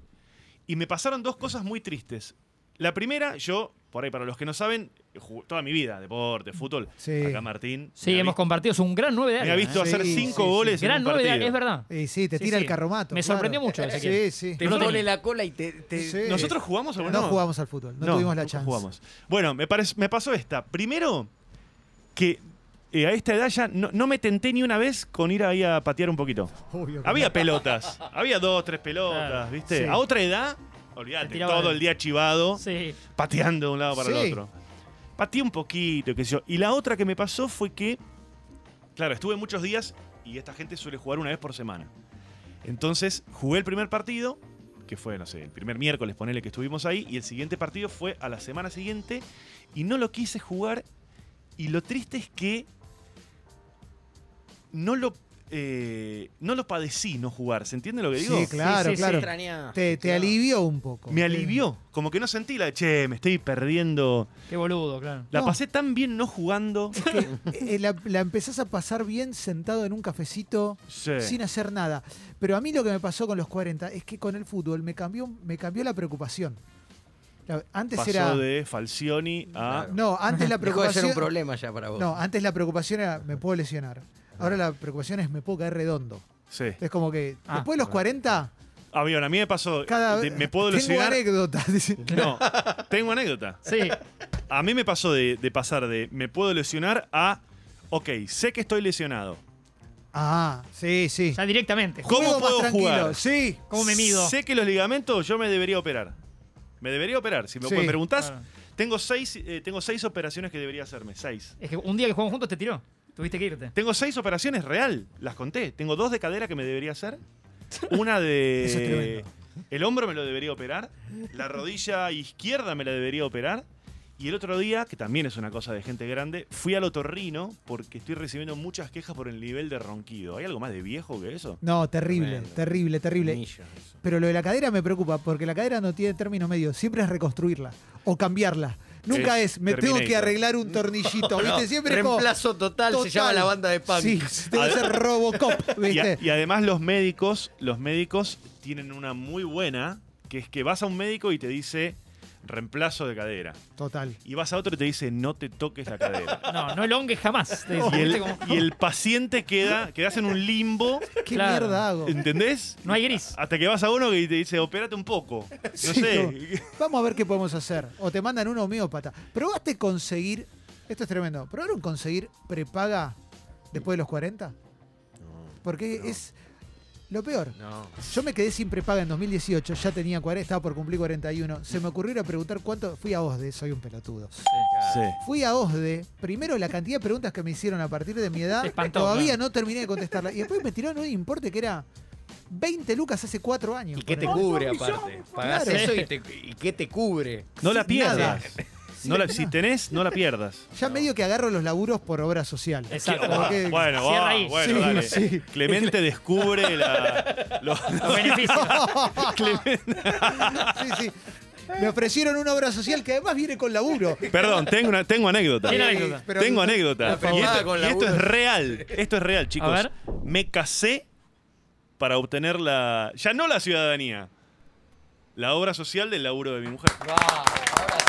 A: Y me pasaron dos cosas muy tristes. La primera, yo Por ahí, para los que no saben, ju- toda mi vida, deporte, fútbol.
B: Sí.
A: Acá Martín.
D: Sí,
A: me ha
D: hemos
A: vi-
D: compartido. Es un gran 9 de
A: Me ha
D: área.
A: visto
D: ¿eh?
B: Sí,
A: hacer
B: sí,
A: cinco
B: sí.
A: goles. en
D: Gran
A: un
D: 9 de área,
A: partido.
D: es verdad.
B: Y sí, te
D: Sí,
B: tira
D: sí.
B: el carromato.
D: Me sorprendió mucho,
B: Sí,
D: Ezequiel.
B: sí.
C: Te
D: No lo
C: pone
D: tengo.
C: la cola y te. te-
B: Sí.
A: ¿Nosotros jugamos o
B: No,
A: no?
B: jugamos al fútbol, no, tuvimos la
A: nunca
B: chance.
A: jugamos. Bueno, me, parec- me pasó esta. Primero, que eh, a esta edad ya no, no me tenté ni una vez con ir ahí a patear un poquito.
B: Obvio que
A: Había pelotas. Había dos, tres pelotas,
D: Claro,
A: ¿viste?
B: sí.
A: A otra edad,
D: Te
A: olvídate,
D: tiraba
A: todo
D: de-
A: el día chivado,
D: Sí.
A: pateando de un lado para
B: Sí.
A: el otro. Pateé un poquito, qué sé yo. Y la otra que me pasó fue que, claro, estuve muchos días y esta gente suele jugar una vez por semana. Entonces, jugué el primer partido, que fue, no sé, el primer miércoles, ponele que estuvimos ahí, y el siguiente partido fue a la semana siguiente, y no lo quise jugar, y lo triste es que no lo, eh, no lo padecí no jugar, ¿se entiende lo que digo?
B: Sí, claro,
D: Sí, sí, sí.
B: claro.
C: Extraña.
B: Te, te alivió un poco.
A: Me alivió, como que no sentí la, che, me estoy perdiendo.
D: Qué boludo, claro.
A: La
B: No.
A: pasé tan bien no jugando.
B: Eh, la, la empezás a pasar bien sentado en un cafecito
A: Sí.
B: sin hacer nada. Pero a mí lo que me pasó con los 40 es que con el fútbol me cambió, me cambió la preocupación. La- Antes
A: Pasó
B: era.
A: de Falcioni a.
C: Claro.
B: No, antes la
C: Dejó de ser
B: preocupación.
C: un problema ya para vos.
B: No, antes la preocupación era me puedo lesionar. Ahora la preocupación es me puedo caer redondo.
A: Sí.
B: Es como que
D: Ah,
B: después de los 40,
A: Ah, bien, a mí me pasó.
B: cada
A: de- me puedo
B: tengo
A: lesionar.
B: anécdotas. dice.
A: No, tengo anécdota.
D: Sí.
A: A mí me pasó de, de pasar de me puedo lesionar a. Ok, sé que estoy lesionado.
B: Ah, sí, sí.
D: Ya directamente.
A: ¿Cómo
B: Juego más
A: puedo
B: tranquilo,
A: jugar?
B: Sí.
D: ¿Cómo me mido?
A: Sé que los ligamentos yo me debería operar. Me debería operar. Si me
B: Sí.
A: me preguntás,
D: Claro.
A: tengo, seis, eh, tengo seis operaciones que debería hacerme. Seis.
D: Es que un día que jugamos juntos te tiró. Tuviste que irte.
A: Tengo seis operaciones real, las conté. Tengo dos de cadera que me debería hacer. Una
B: Eso es
A: de.
B: tremendo.
A: el hombro me lo debería operar. La rodilla izquierda me la debería operar. Y el otro día, que también es una cosa de gente grande, fui al otorrino porque estoy recibiendo muchas quejas por el nivel de ronquido. ¿Hay algo más de viejo que eso?
B: No, terrible,
C: Tremendo.
B: terrible, terrible.
C: Millo, eso.
B: Pero lo de la cadera me preocupa, porque la cadera no tiene término medio. Siempre es reconstruirla o cambiarla. Nunca es,
A: Es
B: me tengo que
A: Terminator.
B: arreglar un tornillito, ¿viste? Siempre es como,
C: Reemplazo total,
B: total.
C: se llama la banda de punk.
B: Sí, tengo que ser Robocop,
A: Y, a-
B: ¿viste?
A: y además los médicos, los médicos tienen una muy buena, que es que vas a un médico y te dice reemplazo de cadera.
B: Total.
A: Y vas a otro y te dice no te toques la cadera.
D: No, no elongues jamás. Te
A: Y
D: dicen, ¿viste?
A: el,
D: Como-
A: y el paciente queda, quedas en un limbo,
B: ¿Qué
D: Claro.
B: mierda hago?
A: ¿entendés?
D: No hay gris.
A: Hasta que vas a uno que te dice, opérate un poco. No
B: Sí,
A: sé.
B: como, Vamos a ver qué podemos hacer. O te mandan un homeópata. ¿Probaste conseguir, esto es tremendo, ¿probaron conseguir prepaga después de los 40? Porque es lo peor.
C: No.
B: Yo me quedé sin prepaga en 2018, ya tenía 40, estaba por cumplir 41. Se me ocurrió ir a preguntar cuánto. Fui a OSDE, soy un pelotudo. Fui a OSDE, primero la cantidad de preguntas que me hicieron a partir de mi edad,
D: Te espantó,
B: todavía
D: claro.
B: no terminé de contestarla. Y después me tiraron un importe que era 20 lucas hace 4 años.
C: ¿Y qué te
B: ponele.
C: cubre aparte? Pagás
B: Claro.
C: eso y, te, y qué te cubre.
A: No la
B: Nada.
A: pierdas. No la,
B: nada.
A: si tenés, no la pierdas. Ah,
B: Ya medio que agarro los laburos por obra social.
D: Exacto.
B: Como que-
A: Bueno,
D: Cierra
A: va,
D: ahí.
A: bueno,
B: Sí,
A: dale.
B: sí.
A: Clemente descubre la. lo-
D: Los beneficios.
B: Sí, sí. Me ofrecieron una obra social que además viene con laburo.
A: Perdón, tengo, una, tengo anécdota.
D: Tiene
B: Eh,
D: anécdota.
B: pero-
A: tengo anécdota.
C: La
A: Y
C: pavada
A: esto,
C: con
A: y esto
C: laburo.
A: es real. Esto es real, chicos.
D: ver.
A: Me casé para obtener la. Ya no la ciudadanía. La obra social del laburo de mi mujer.
C: ahora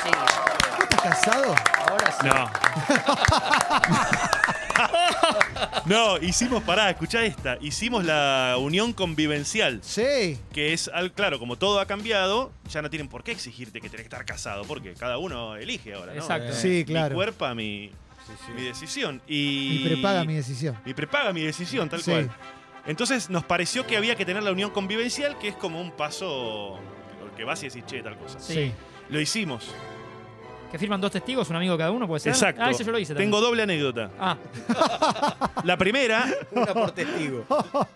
C: sí.
B: ¿Vos estás casado?
C: Ahora sí.
A: No. no, hicimos, pará, escuchá esta. Hicimos la unión convivencial.
B: Sí.
A: Que es, al- claro, como todo ha cambiado, ya no tienen por qué exigirte que tenés que estar casado, porque cada uno elige ahora, ¿no?
D: Exacto.
B: Sí,
A: Mi
B: claro.
A: cuerpo, mi,
C: Sí, sí.
A: mi decisión. Y,
B: Y prepaga mi decisión.
A: mi prepaga, mi decisión, tal
B: Sí.
A: cual. Entonces nos pareció que había que tener la unión convivencial, que es como un paso que vas y decís, che, tal cosa.
D: Sí.
A: Lo hicimos.
D: Que firman dos testigos, un amigo cada uno, puede ser.
A: Exacto.
D: Ah, ese yo lo hice también.
A: Tengo doble anécdota.
D: Ah,
A: La primera
C: Una por testigo.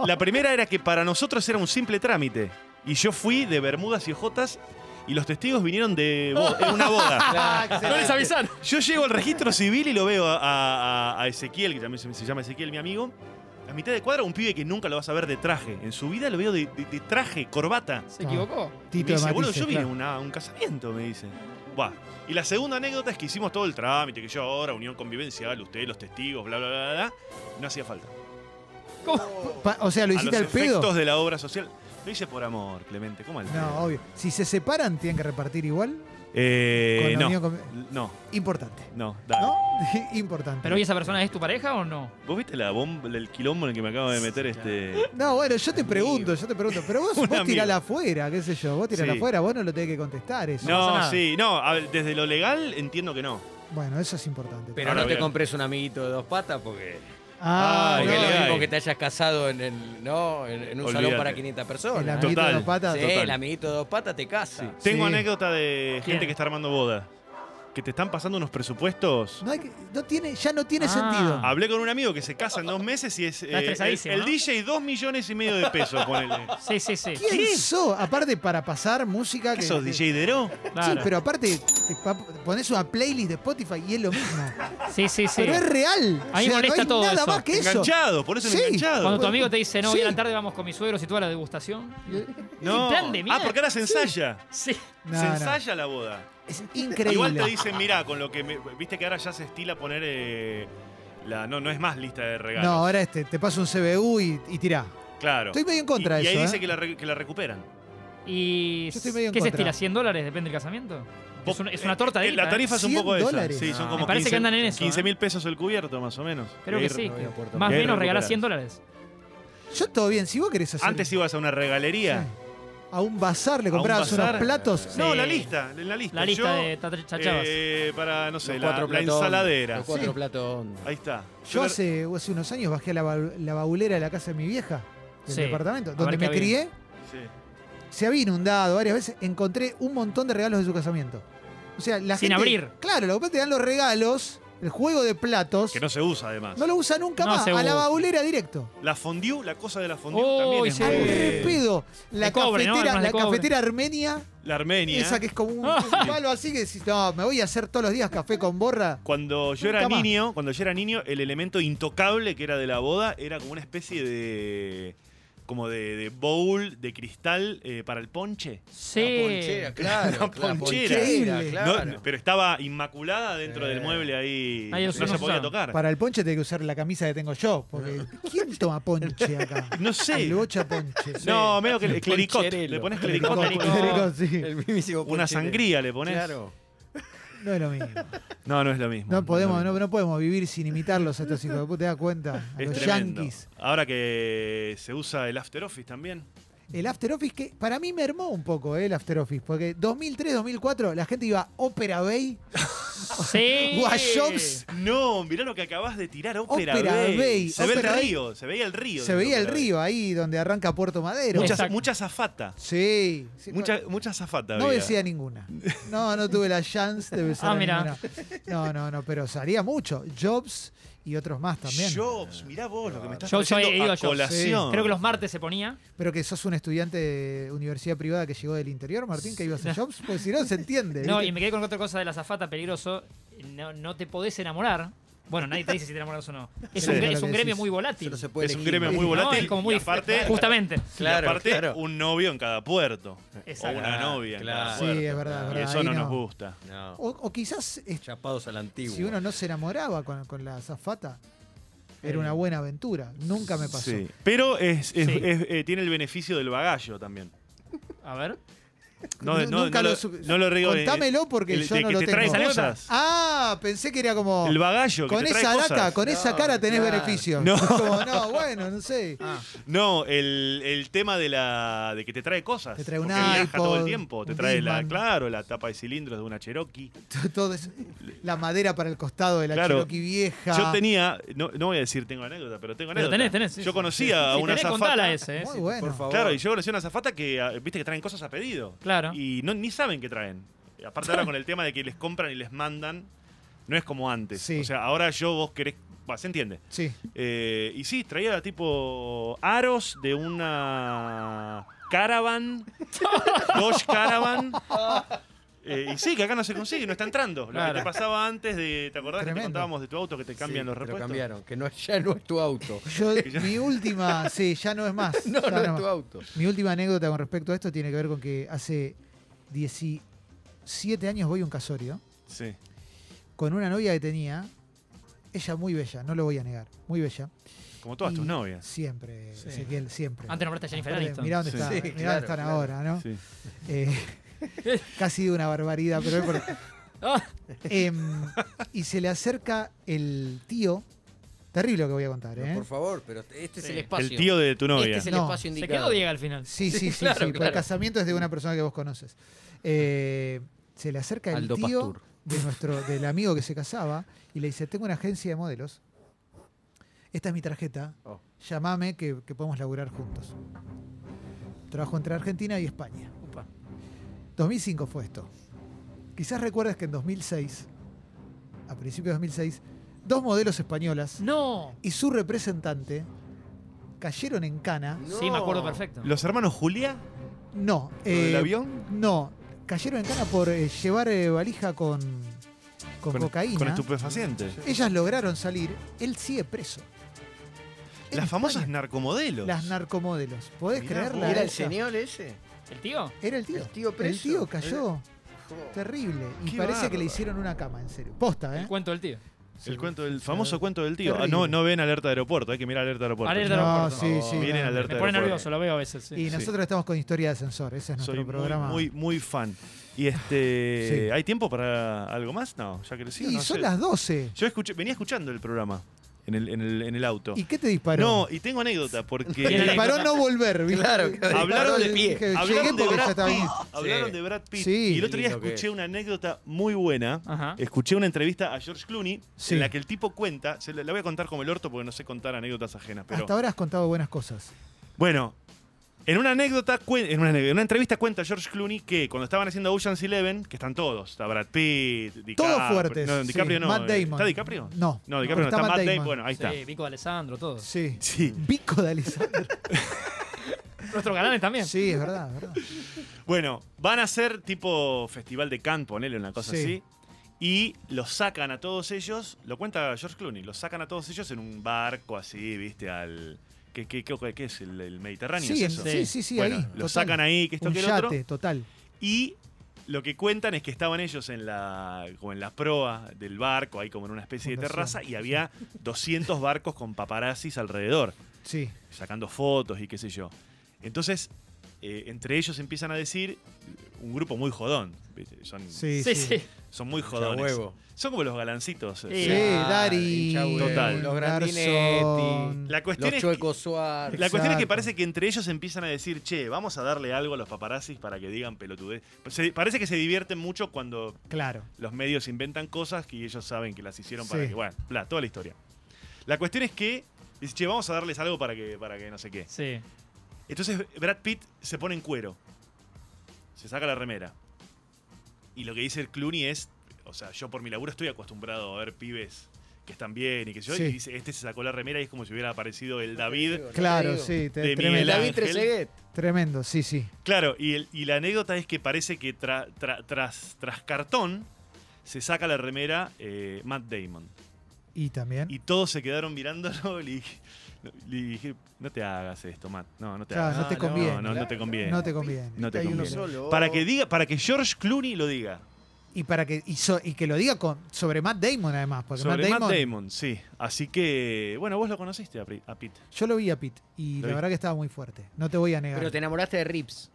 A: La primera era que para nosotros era un simple trámite. Y yo fui de Bermudas y Ojotas y los testigos vinieron de bo- de una boda.
B: Ah,
D: no les avisaron.
A: Yo llego al registro civil y lo veo a, a- a Ezequiel, que también se, se llama Ezequiel, mi amigo. A mitad de cuadra, un pibe que nunca lo vas a ver de traje. En su vida lo veo de, de- de traje, corbata.
D: Se equivocó.
A: Y
B: Tito
A: me
B: de
A: dice, boludo,
B: matices,
A: yo vine a
B: claro.
A: una- a un casamiento, me dice. Buah. Y la segunda anécdota es que hicimos todo el trámite, que yo ahora, unión convivencial, ustedes, los testigos, bla, bla, bla, bla, bla. No hacía falta.
B: Pa- O sea, ¿lo
A: a
B: hiciste
A: los
B: al pedo?
A: efectos de la obra social. Lo hice por amor, Clemente. ¿Cómo al pedo?
B: No, obvio. Si se separan, tienen que repartir igual.
A: Eh,
B: Con la
A: no,
B: unión con-
A: no,
B: Importante.
A: no, dale.
B: ¿No? Importante.
D: Pero hoy esa persona es tu pareja o no?
A: ¿Vos viste la bomba, el quilombo en el que me acabo de meter este...?
B: No, bueno, yo te pregunto, yo te pregunto. Pero vos,
A: Un
B: vos tirala
A: amigo.
B: afuera, qué sé yo. Vos tirala
A: Sí.
B: afuera, vos no lo tenés que contestar eso.
D: No pasa
A: No,
D: nada.
A: sí, no, a ver, desde lo legal entiendo que no.
B: Bueno, eso es importante.
E: Pero
A: Ahora
E: no te
A: bien.
E: compres un amiguito de dos patas porque,
B: ah,
A: Ay,
E: porque
A: qué
E: es
A: legal.
E: lo
A: legal.
E: mismo que te hayas casado en, el, ¿no? en, en un
A: Olvídate.
E: salón para 500
B: no. El
E: personas.
B: amiguito de
A: Total.
B: los patas.
E: Sí,
A: total.
E: el amiguito de dos patas te casa.
A: Tengo
B: Sí.
A: anécdota de
D: ¿Quién?
A: gente que está armando boda. Que te están pasando unos presupuestos.
B: No hay que- no tiene, ya no tiene
D: Ah.
B: sentido.
A: Hablé con un amigo que se casa en dos meses y es eh, el,
D: estresadísimo,
A: el
D: ¿no?
A: DJ dos millones y medio de pesos, ponele.
D: Sí, sí, sí.
B: ¿Quién sos? Aparte para pasar música.
A: ¿Qué
B: que-
A: sos,
B: que-
A: DJ Dero?
B: Sí,
D: Claro.
B: pero aparte te pa- pones una playlist de Spotify y es lo mismo.
D: Sí, sí, sí.
B: Pero es real.
D: A mí
B: no
D: molesta
B: hay
D: todo
B: nada
D: eso.
B: más que eso.
A: Enganchado, por eso
B: Sí.
A: enganchado.
D: Cuando tu amigo te dice, no, hoy a
B: Sí.
D: la tarde vamos con mis suegros y tú a la degustación.
A: No.
D: plan de
A: ah,
D: mierda.
A: porque ahora se ensaya.
D: Sí.
B: No,
A: se
B: no.
A: ensaya la boda.
B: Es increíble.
A: Igual te dicen, mirá, con lo que. me- Viste que ahora ya se estila poner. eh, la, no, no es más lista de regalos.
B: no, ahora este, te paso un CBU y, y tirá.
A: claro.
B: Estoy medio en contra
A: y,
B: de
A: Y
B: eso.
A: ahí
B: ¿eh?
A: dice que la, re- que la recuperan.
D: ¿Y
B: Yo estoy medio en
D: qué se
B: contra.
D: estila? ¿100 dólares? Depende del casamiento. Es una, es una torta de
A: Eh, La
D: guita,
A: tarifa es un
B: 100
A: poco esa.
B: dólares.
A: Sí, son
E: No.
A: como
D: Me parece que
A: 15
D: andan en eso, ¿eh?
A: 15 mil pesos el cubierto, más o menos.
D: Creo que
A: Ir-
D: sí.
E: no
D: que
E: voy a Puerto
D: más o
A: Rico.
D: menos
A: Bien, recuperás.
D: regalás 100 dólares.
B: Yo todo bien. Si vos querés hacer.
A: Antes ibas a una regalería.
B: A un bazar le
A: A un
B: comprabas
A: bazar.
B: unos platos.
D: Sí.
A: No, la lista, en la lista.
D: La lista
A: Yo,
D: de tatra- chachabas.
A: eh, para, no sé,
E: Los
A: la,
E: cuatro
A: la
E: platos-
A: ensaladera.
E: Los cuatro
B: Sí.
E: platos hondos.
A: Ahí está.
B: Yo
A: la-
B: hace, hace unos años bajé a la, ba- la baulera de la casa de mi vieja, del
D: Sí.
B: departamento,
D: A
B: donde
D: ver
B: me
D: qué había.
B: crié.
A: Sí.
B: Se había inundado varias veces. Encontré un montón de regalos de su casamiento. O sea, la
D: Sin
B: gente-
D: abrir.
B: Claro, lo que te dan los regalos, el juego de platos.
A: Que no se usa, además.
B: No lo usa nunca
D: No
B: más.
D: se
B: A la
D: usa.
B: baulera directo.
A: La fondue, la cosa de la fondue
D: Oh,
A: también es
D: y se
A: muy-
B: Al
D: Sí.
B: repedo. La
D: De cobre,
B: cafetera,
D: ¿no? Algunas de
B: la
D: cobre.
B: cafetera armenia,
A: La Armenia.
B: esa que es como un, un palo así que decís, no, me voy a hacer todos los días café con borra.
A: Cuando yo era
B: Nunca más.
A: niño, cuando yo era niño, el elemento intocable que era de la boda era como una especie de como de, de bowl de cristal eh, para el ponche.
E: La
D: Sí.
E: ponchera, claro.
A: La ponchera.
B: Increíble.
E: claro.
A: No, pero estaba inmaculada dentro del mueble ahí.
D: Nadie
A: no
D: lo
A: se
D: usaba.
A: podía tocar.
B: Para el ponche tengo que usar la camisa que tengo yo. Porque ¿quién toma ponche acá?
A: No sé.
B: El bocha ponche.
A: No, medio que el clericot.
E: poncherelo.
A: Le pones
B: Con-
A: clericot.
B: con-
D: Clericot.
B: clericot, sí.
E: El mismísimo
A: Una
E: ponchero.
A: sangría le pones.
E: Claro.
B: No es lo mismo.
A: No, no es lo mismo.
B: No podemos,
A: es lo
B: no, no podemos vivir sin imitarlos a estos hijos de puta, te das cuenta. A
A: mismo.
B: los
A: Es tremendo.
B: yankees.
A: Ahora que se usa el After Office también.
B: El After Office que para mí me hermó un poco eh, el After Office, porque 2003, 2004 la gente iba a Opera Bay,
D: Sí.
B: Guayops,
A: No, mirá lo que acabás de tirar. Ópera
B: Ópera
A: Bay.
B: Bay,
A: Se
B: Ópera
A: ve el
B: Bay.
A: río, se veía el río.
B: se
A: desde
B: veía el
A: Ópera Bay.
B: río ahí donde arranca Puerto Madero.
A: Mucha,
D: Exacto.
A: mucha zafata.
B: Sí, sí,
A: Mucha, mucha zafata.
B: no
A: había.
B: besé a ninguna. No, no tuve la chance de besar
D: Ah,
B: a
D: mirá.
B: ninguna. No, no, no, pero salía mucho. Jobs y otros más también.
A: Jobs, mirá vos lo que me estás
D: Jobs, yo he
A: trayendo
D: ido a
A: a
D: Jobs.
A: colación.
D: Creo que los martes se ponía.
B: Pero que sos un estudiante de universidad privada que llegó del interior, Martín, que ibas a Jobs, pues si no se entiende.
D: No,
B: ¿viste?
D: y me quedé con otra cosa de la zafata peligroso. No, no te podés enamorar. Bueno, nadie te dice si te enamoras o no. Es
B: Sí.
D: un,
B: Claro
D: es
B: que
D: un gremio
B: decís.
D: muy
E: Eso
D: volátil.
E: no se puede
A: es un
E: elegir.
A: gremio muy
D: No,
A: volátil.
D: es como muy
A: y aparte,
D: justamente.
A: y
E: Claro,
A: aparte
E: claro.
A: un novio en cada puerto.
D: Exacto.
A: O una novia en cada
E: Claro.
A: puerto.
B: Sí, es verdad, es
A: Y
B: verdad.
A: eso
B: Ahí
A: no,
B: no.
A: nos gusta.
E: No.
B: o, o quizás eh,
E: Chapados a la antigua.
B: si uno no se enamoraba con, con la azafata, era una buena aventura. Nunca me pasó.
A: Sí. Pero es, es-
D: Sí.
A: es- eh, tiene el beneficio del bagallo también.
D: A ver.
A: No,
B: Nu-
A: no,
B: nunca
A: no
B: lo
A: lo,
B: supe-
A: no lo riego. de-
B: Contámelo porque
A: el-
B: yo
A: de
B: no
A: que
B: lo
A: te
B: tengo.
A: trae
D: ¿Sale otra?
A: cosas.
B: Ah, pensé que era como.
A: El bagallo. que
B: Con
A: te trae
B: esa data,
A: cosas.
B: con esa
E: No,
B: cara tenés
E: claro.
B: beneficio.
A: No.
B: Como, no, bueno, no sé.
E: Ah,
A: Ah, No, el, el tema de la de que te trae cosas.
B: Te trae un
A: Porque viaja
B: iPod,
A: todo el tiempo. Te
B: un
A: trae la,
B: Discman.
A: claro, la tapa de cilindros de una Cherokee.
B: Todo eso. la madera para el costado de la
A: Claro.
B: Cherokee vieja.
A: Yo tenía, no, no voy a decir tengo anécdota, pero tengo
D: Pero
A: anécdota.
D: tenés, tenés. sí,
A: yo
D: sí.
A: conocía a
D: Si
A: una
D: tenés,
A: azafata.
D: contala ese, eh.
B: Muy
D: sí.
B: bueno.
E: Por favor.
A: Claro, y yo conocí a una azafata que, ah, viste que traen cosas a pedido.
D: Claro.
A: Y no, ni saben qué traen. Aparte ahora con el tema de que les compran y les mandan, no es como antes.
B: Sí.
A: O sea, ahora yo vos querés, bah, se entiende.
B: Sí.
A: Eh, y sí, traía tipo aros de una caravan, Dodge Caravan. Eh, y sí, que acá no se consigue, no está entrando. Lo
D: Claro.
A: que te pasaba antes de, ¿te acordás que te
B: Tremendo.
A: contábamos de tu auto que te cambian
E: Sí,
A: los
E: te lo
A: repuestos?
E: cambiaron, que no, ya no es tu auto.
B: Yo, mi última, sí, ya no es más.
E: No,
B: ya
E: no es tu
B: más.
E: auto.
B: Mi última anécdota con respecto a esto tiene que ver con que hace 17 años voy a un casorio
A: Sí.
B: con una novia que tenía. Ella muy bella, no lo voy a negar, muy bella.
A: Como todas tus
B: Y
A: novias.
B: Siempre, Ezequiel, siempre.
D: Antes nombraste a Jennifer
B: Aparte,
D: Aniston.
B: mirá dónde,
A: Sí.
B: está-
E: Sí,
B: mirá
E: claro,
B: dónde están
E: claro.
B: ahora, ¿no?
A: Sí.
B: Eh, Casi de una barbaridad, pero es por-
D: Ah,
B: Em, y se le acerca el tío. Terrible lo que voy a contar,
E: Pero,
B: ¿eh?
E: Por favor, pero este es el
D: Sí. El
E: espacio.
A: El tío de tu novia.
C: Este es el
B: No,
C: espacio
D: se
C: indicado.
D: quedó Diego al final.
B: Sí, sí, sí, sí.
C: claro,
B: porque El
C: claro.
B: casamiento es de una persona que vos conoces. Eh, se le acerca el
E: Aldo
B: tío
E: Pastur.
B: de nuestro, del amigo que se casaba y le dice, tengo una agencia de modelos. Esta es mi tarjeta.
E: Oh.
B: Llámame que, que podemos laburar juntos. Trabajo entre Argentina y España. 2005 fue esto. Quizás recuerdas que en 2006, a principios de 2006, dos modelos españolas
D: No.
B: y su representante cayeron en cana.
D: Sí, me acuerdo perfecto.
A: ¿Los hermanos Julia?
B: No.
A: ¿Lo del
B: eh,
A: avión?
B: No, cayeron en cana por eh, llevar eh, valija con, con, cocaína.
A: Con estupefacientes.
B: Ellas lograron salir, él sigue preso. En
A: Las famosas
B: España,
A: narcomodelos.
B: Las narcomodelos. ¿Podés
A: Mirá
B: creerla?
A: vos.
C: ¿Era el
B: esa?
C: señor ese?
D: ¿El tío?
B: Era el tío.
C: El tío preso.
B: El tío cayó. Terrible. Y
A: Qué
B: parece que
A: bárbaro.
B: le hicieron una cama, en serio. Posta,
D: El
B: ¿eh?
D: cuento del tío.
A: El cuento, el famoso cuento del tío. Ah,
B: Terrible.
A: no, no ven alerta de aeropuerto, hay que mirar alerta de aeropuerto.
D: Alerta de
B: No,
D: aeropuerto.
B: sí, sí.
A: Vienen
B: no.
A: alerta
D: Me pone
A: de aeropuerto.
D: nervioso, lo veo a veces. sí.
B: Y nosotros estamos con Historia de Ascensor. Ese es nuestro
A: Soy muy,
B: programa.
A: Muy, muy fan. Y este.
B: Sí.
A: ¿Hay tiempo para algo más? No, ya crecí.
B: y
A: no
B: son
A: sé.
B: las 12.
A: Yo escuché, venía escuchando el programa en el, en el, en el auto.
B: ¿Y qué te disparó?
A: no, y tengo anécdota porque.
B: Te
D: Tiene
B: disparó no volver. ¿viste?
E: Claro, que-
A: Hablaron de
E: pie.
B: Dije, Llegué
A: Hablaron de
B: porque ya
A: Brad
B: estaba
A: Pitt.
B: bien.
A: Hablaron
E: Sí.
A: de Brad Pitt.
B: Sí.
A: Y el otro día
E: Qué lindo que
A: escuché
E: es.
A: una anécdota muy buena.
D: Ajá.
A: Escuché una entrevista a George Clooney
B: Sí.
A: en la que el tipo cuenta, se la, la voy a contar como el orto porque no sé contar anécdotas ajenas, pero
B: Hasta ahora has contado buenas cosas.
A: bueno, en una anécdota cuen- en una, anécdota- en una entrevista cuenta George Clooney que cuando estaban haciendo Ocean's Eleven, que están todos, está Brad Pitt, DiCaprio,
B: Todos fuertes.
A: no,
B: sí.
A: DiCaprio no,
B: Matt
A: eh,
B: Damon.
A: ¿está DiCaprio?
B: No.
A: No, DiCaprio no, está, Matt Damon. bueno, ahí
D: Sí,
A: está.
D: Vico de Alessandro, todo.
B: Sí.
A: Sí.
B: Pico de Alessandro.
D: Nuestros canales también.
B: Sí, es verdad, es verdad.
A: Bueno, van a ser tipo festival de Cannes, ponele una cosa
B: Sí.
A: así. Y los sacan a todos ellos, lo cuenta George Clooney, los sacan a todos ellos en un barco así, viste, al... ¿Qué, qué, qué, qué es? ¿El, el Mediterráneo?
B: Sí,
A: ¿Es eso?
B: en- sí, sí, sí,
A: Bueno,
B: ahí,
A: Los
B: total.
A: sacan ahí, que esto,
B: Un
A: que el
B: yate,
A: otro.
B: total.
A: Y lo que cuentan es que estaban ellos en la, como en la proa del barco, ahí como en una especie de
B: Fundación,
A: terraza, y había 200 barcos con paparazzis alrededor,
B: Sí.
A: sacando fotos y qué sé yo. Entonces, eh, entre ellos empiezan a decir, un grupo muy jodón, ¿viste? son,
B: Sí, sí.
D: Sí, sí.
A: son muy
E: Hincha
A: jodones.
E: huevo.
A: Son como los galancitos.
D: Sí.
A: Eh,
E: Claro,
B: Dari.
E: hincha huevo.
A: Total.
E: Los
B: Garzón.
E: Grandinetti.
A: La cuestión
E: Los
A: es
E: chuecos Suárez.
A: Pues La cuestión es que
B: Exacto.
A: parece que entre ellos empiezan a decir, che, vamos a darle algo a los paparazzis para que digan pelotudez. Se- parece que se divierten mucho cuando
B: Claro.
A: los medios inventan cosas que ellos saben que las hicieron para
B: Sí.
A: que, bueno, bla, toda la historia. La cuestión es que dice, che, vamos a darles algo para que, para que no sé qué.
D: Sí.
A: Entonces Brad Pitt se pone en cuero. Se saca la remera. Y lo que dice el Clooney es, o sea, yo por mi laburo estoy acostumbrado a ver pibes que están bien y que yo,
B: Sí.
A: y dice, este se sacó la remera y es como si hubiera aparecido el David.
B: Claro,
E: digo.
B: sí. te-
A: De Miguel
B: tremendo.
A: Ángel.
E: David Trezeguet.
B: Tremendo, sí, sí.
A: Claro, y, el- y la anécdota es que parece que tra- tra- tras, tras cartón se saca la remera eh, Matt Damon.
B: Y también.
A: Y todos se quedaron mirándolo y le dije, le dije, no te hagas esto, Matt. No, no te
B: Claro,
A: hagas.
B: no te
E: Ah,
B: conviene.
A: No, no, no te conviene.
B: No te conviene.
A: No te
C: Hay uno
A: conviene.
C: solo.
A: Para que diga, para que George Clooney lo diga.
B: Y para que y, so- y que lo diga con, sobre Matt Damon además, porque
A: Sobre
B: Matt, Damon,
A: sí. Así que, bueno, vos lo conociste a, Pri- a Pitt.
B: yo lo vi a Pitt y
A: Lo
B: la
A: vi.
B: verdad que estaba muy fuerte. No te voy a negar.
C: Pero te enamoraste de Rips.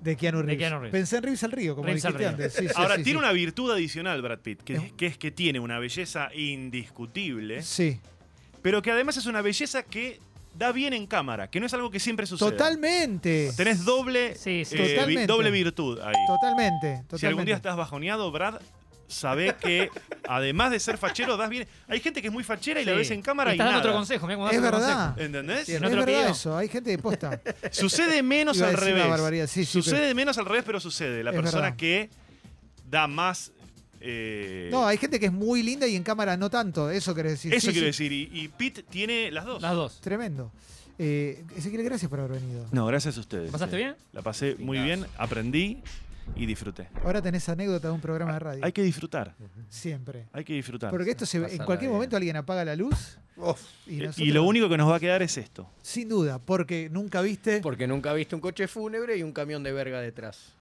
B: De Keanu
D: De
B: Reeves.
D: Keanu Reeves.
B: Pensé en Reeves al río, como
D: Reeves al
B: dijiste
D: río.
B: antes. Sí, sí,
A: Ahora,
B: sí,
A: tiene
B: sí. Eh.
A: una virtud adicional Brad Pitt, que,
B: Es-
A: que es que tiene una belleza indiscutible,
B: Sí.
A: pero que además es una belleza que da bien en cámara, que no es algo que siempre sucede.
B: Totalmente.
A: Tenés doble,
D: Sí, sí.
A: eh, vi-
B: Totalmente.
A: doble virtud ahí.
B: Totalmente. totalmente.
A: Si algún día estás bajoneado, Brad, sabe que además de ser fachero, das bien. Hay gente que es muy fachera y la
D: Sí.
A: ves en cámara y,
D: Estás dando
A: nada.
D: otro consejo, mirá cómo das
B: Es
D: otro
B: verdad.
D: consejo.
A: ¿Entendés?
B: Es
D: no te lo
B: verdad
D: pido.
B: eso. Hay gente de posta.
A: Sucede menos
B: Iba a
A: al
B: decir una
A: revés.
B: barbaridad, sí, sí,
A: sucede menos al revés, pero sucede. La
B: Es
A: persona
B: verdad.
A: que da más. eh,
B: No, hay gente que es muy linda y en cámara no tanto. Eso querés decir.
A: eso
B: Sí,
A: quiero
B: sí.
A: decir. Y, y Pete tiene las dos.
D: Las dos.
B: Tremendo. Eh, Ezequiel, gracias por haber venido.
A: No, gracias a ustedes.
D: ¿Pasaste
A: Sí.
D: bien?
A: La pasé muy bien, aprendí y disfruté.
B: Ahora tenés anécdota de un programa de radio.
A: Hay que disfrutar.
B: Siempre.
A: Hay que disfrutar.
B: Porque esto se ve- en
E: Pasarla
B: cualquier
E: bien.
B: momento alguien apaga la luz y,
A: Eh,
B: nosotros-
A: y lo único que nos va a quedar es esto.
B: sin duda, porque nunca viste
E: Porque nunca viste un coche fúnebre y un camión de verga detrás.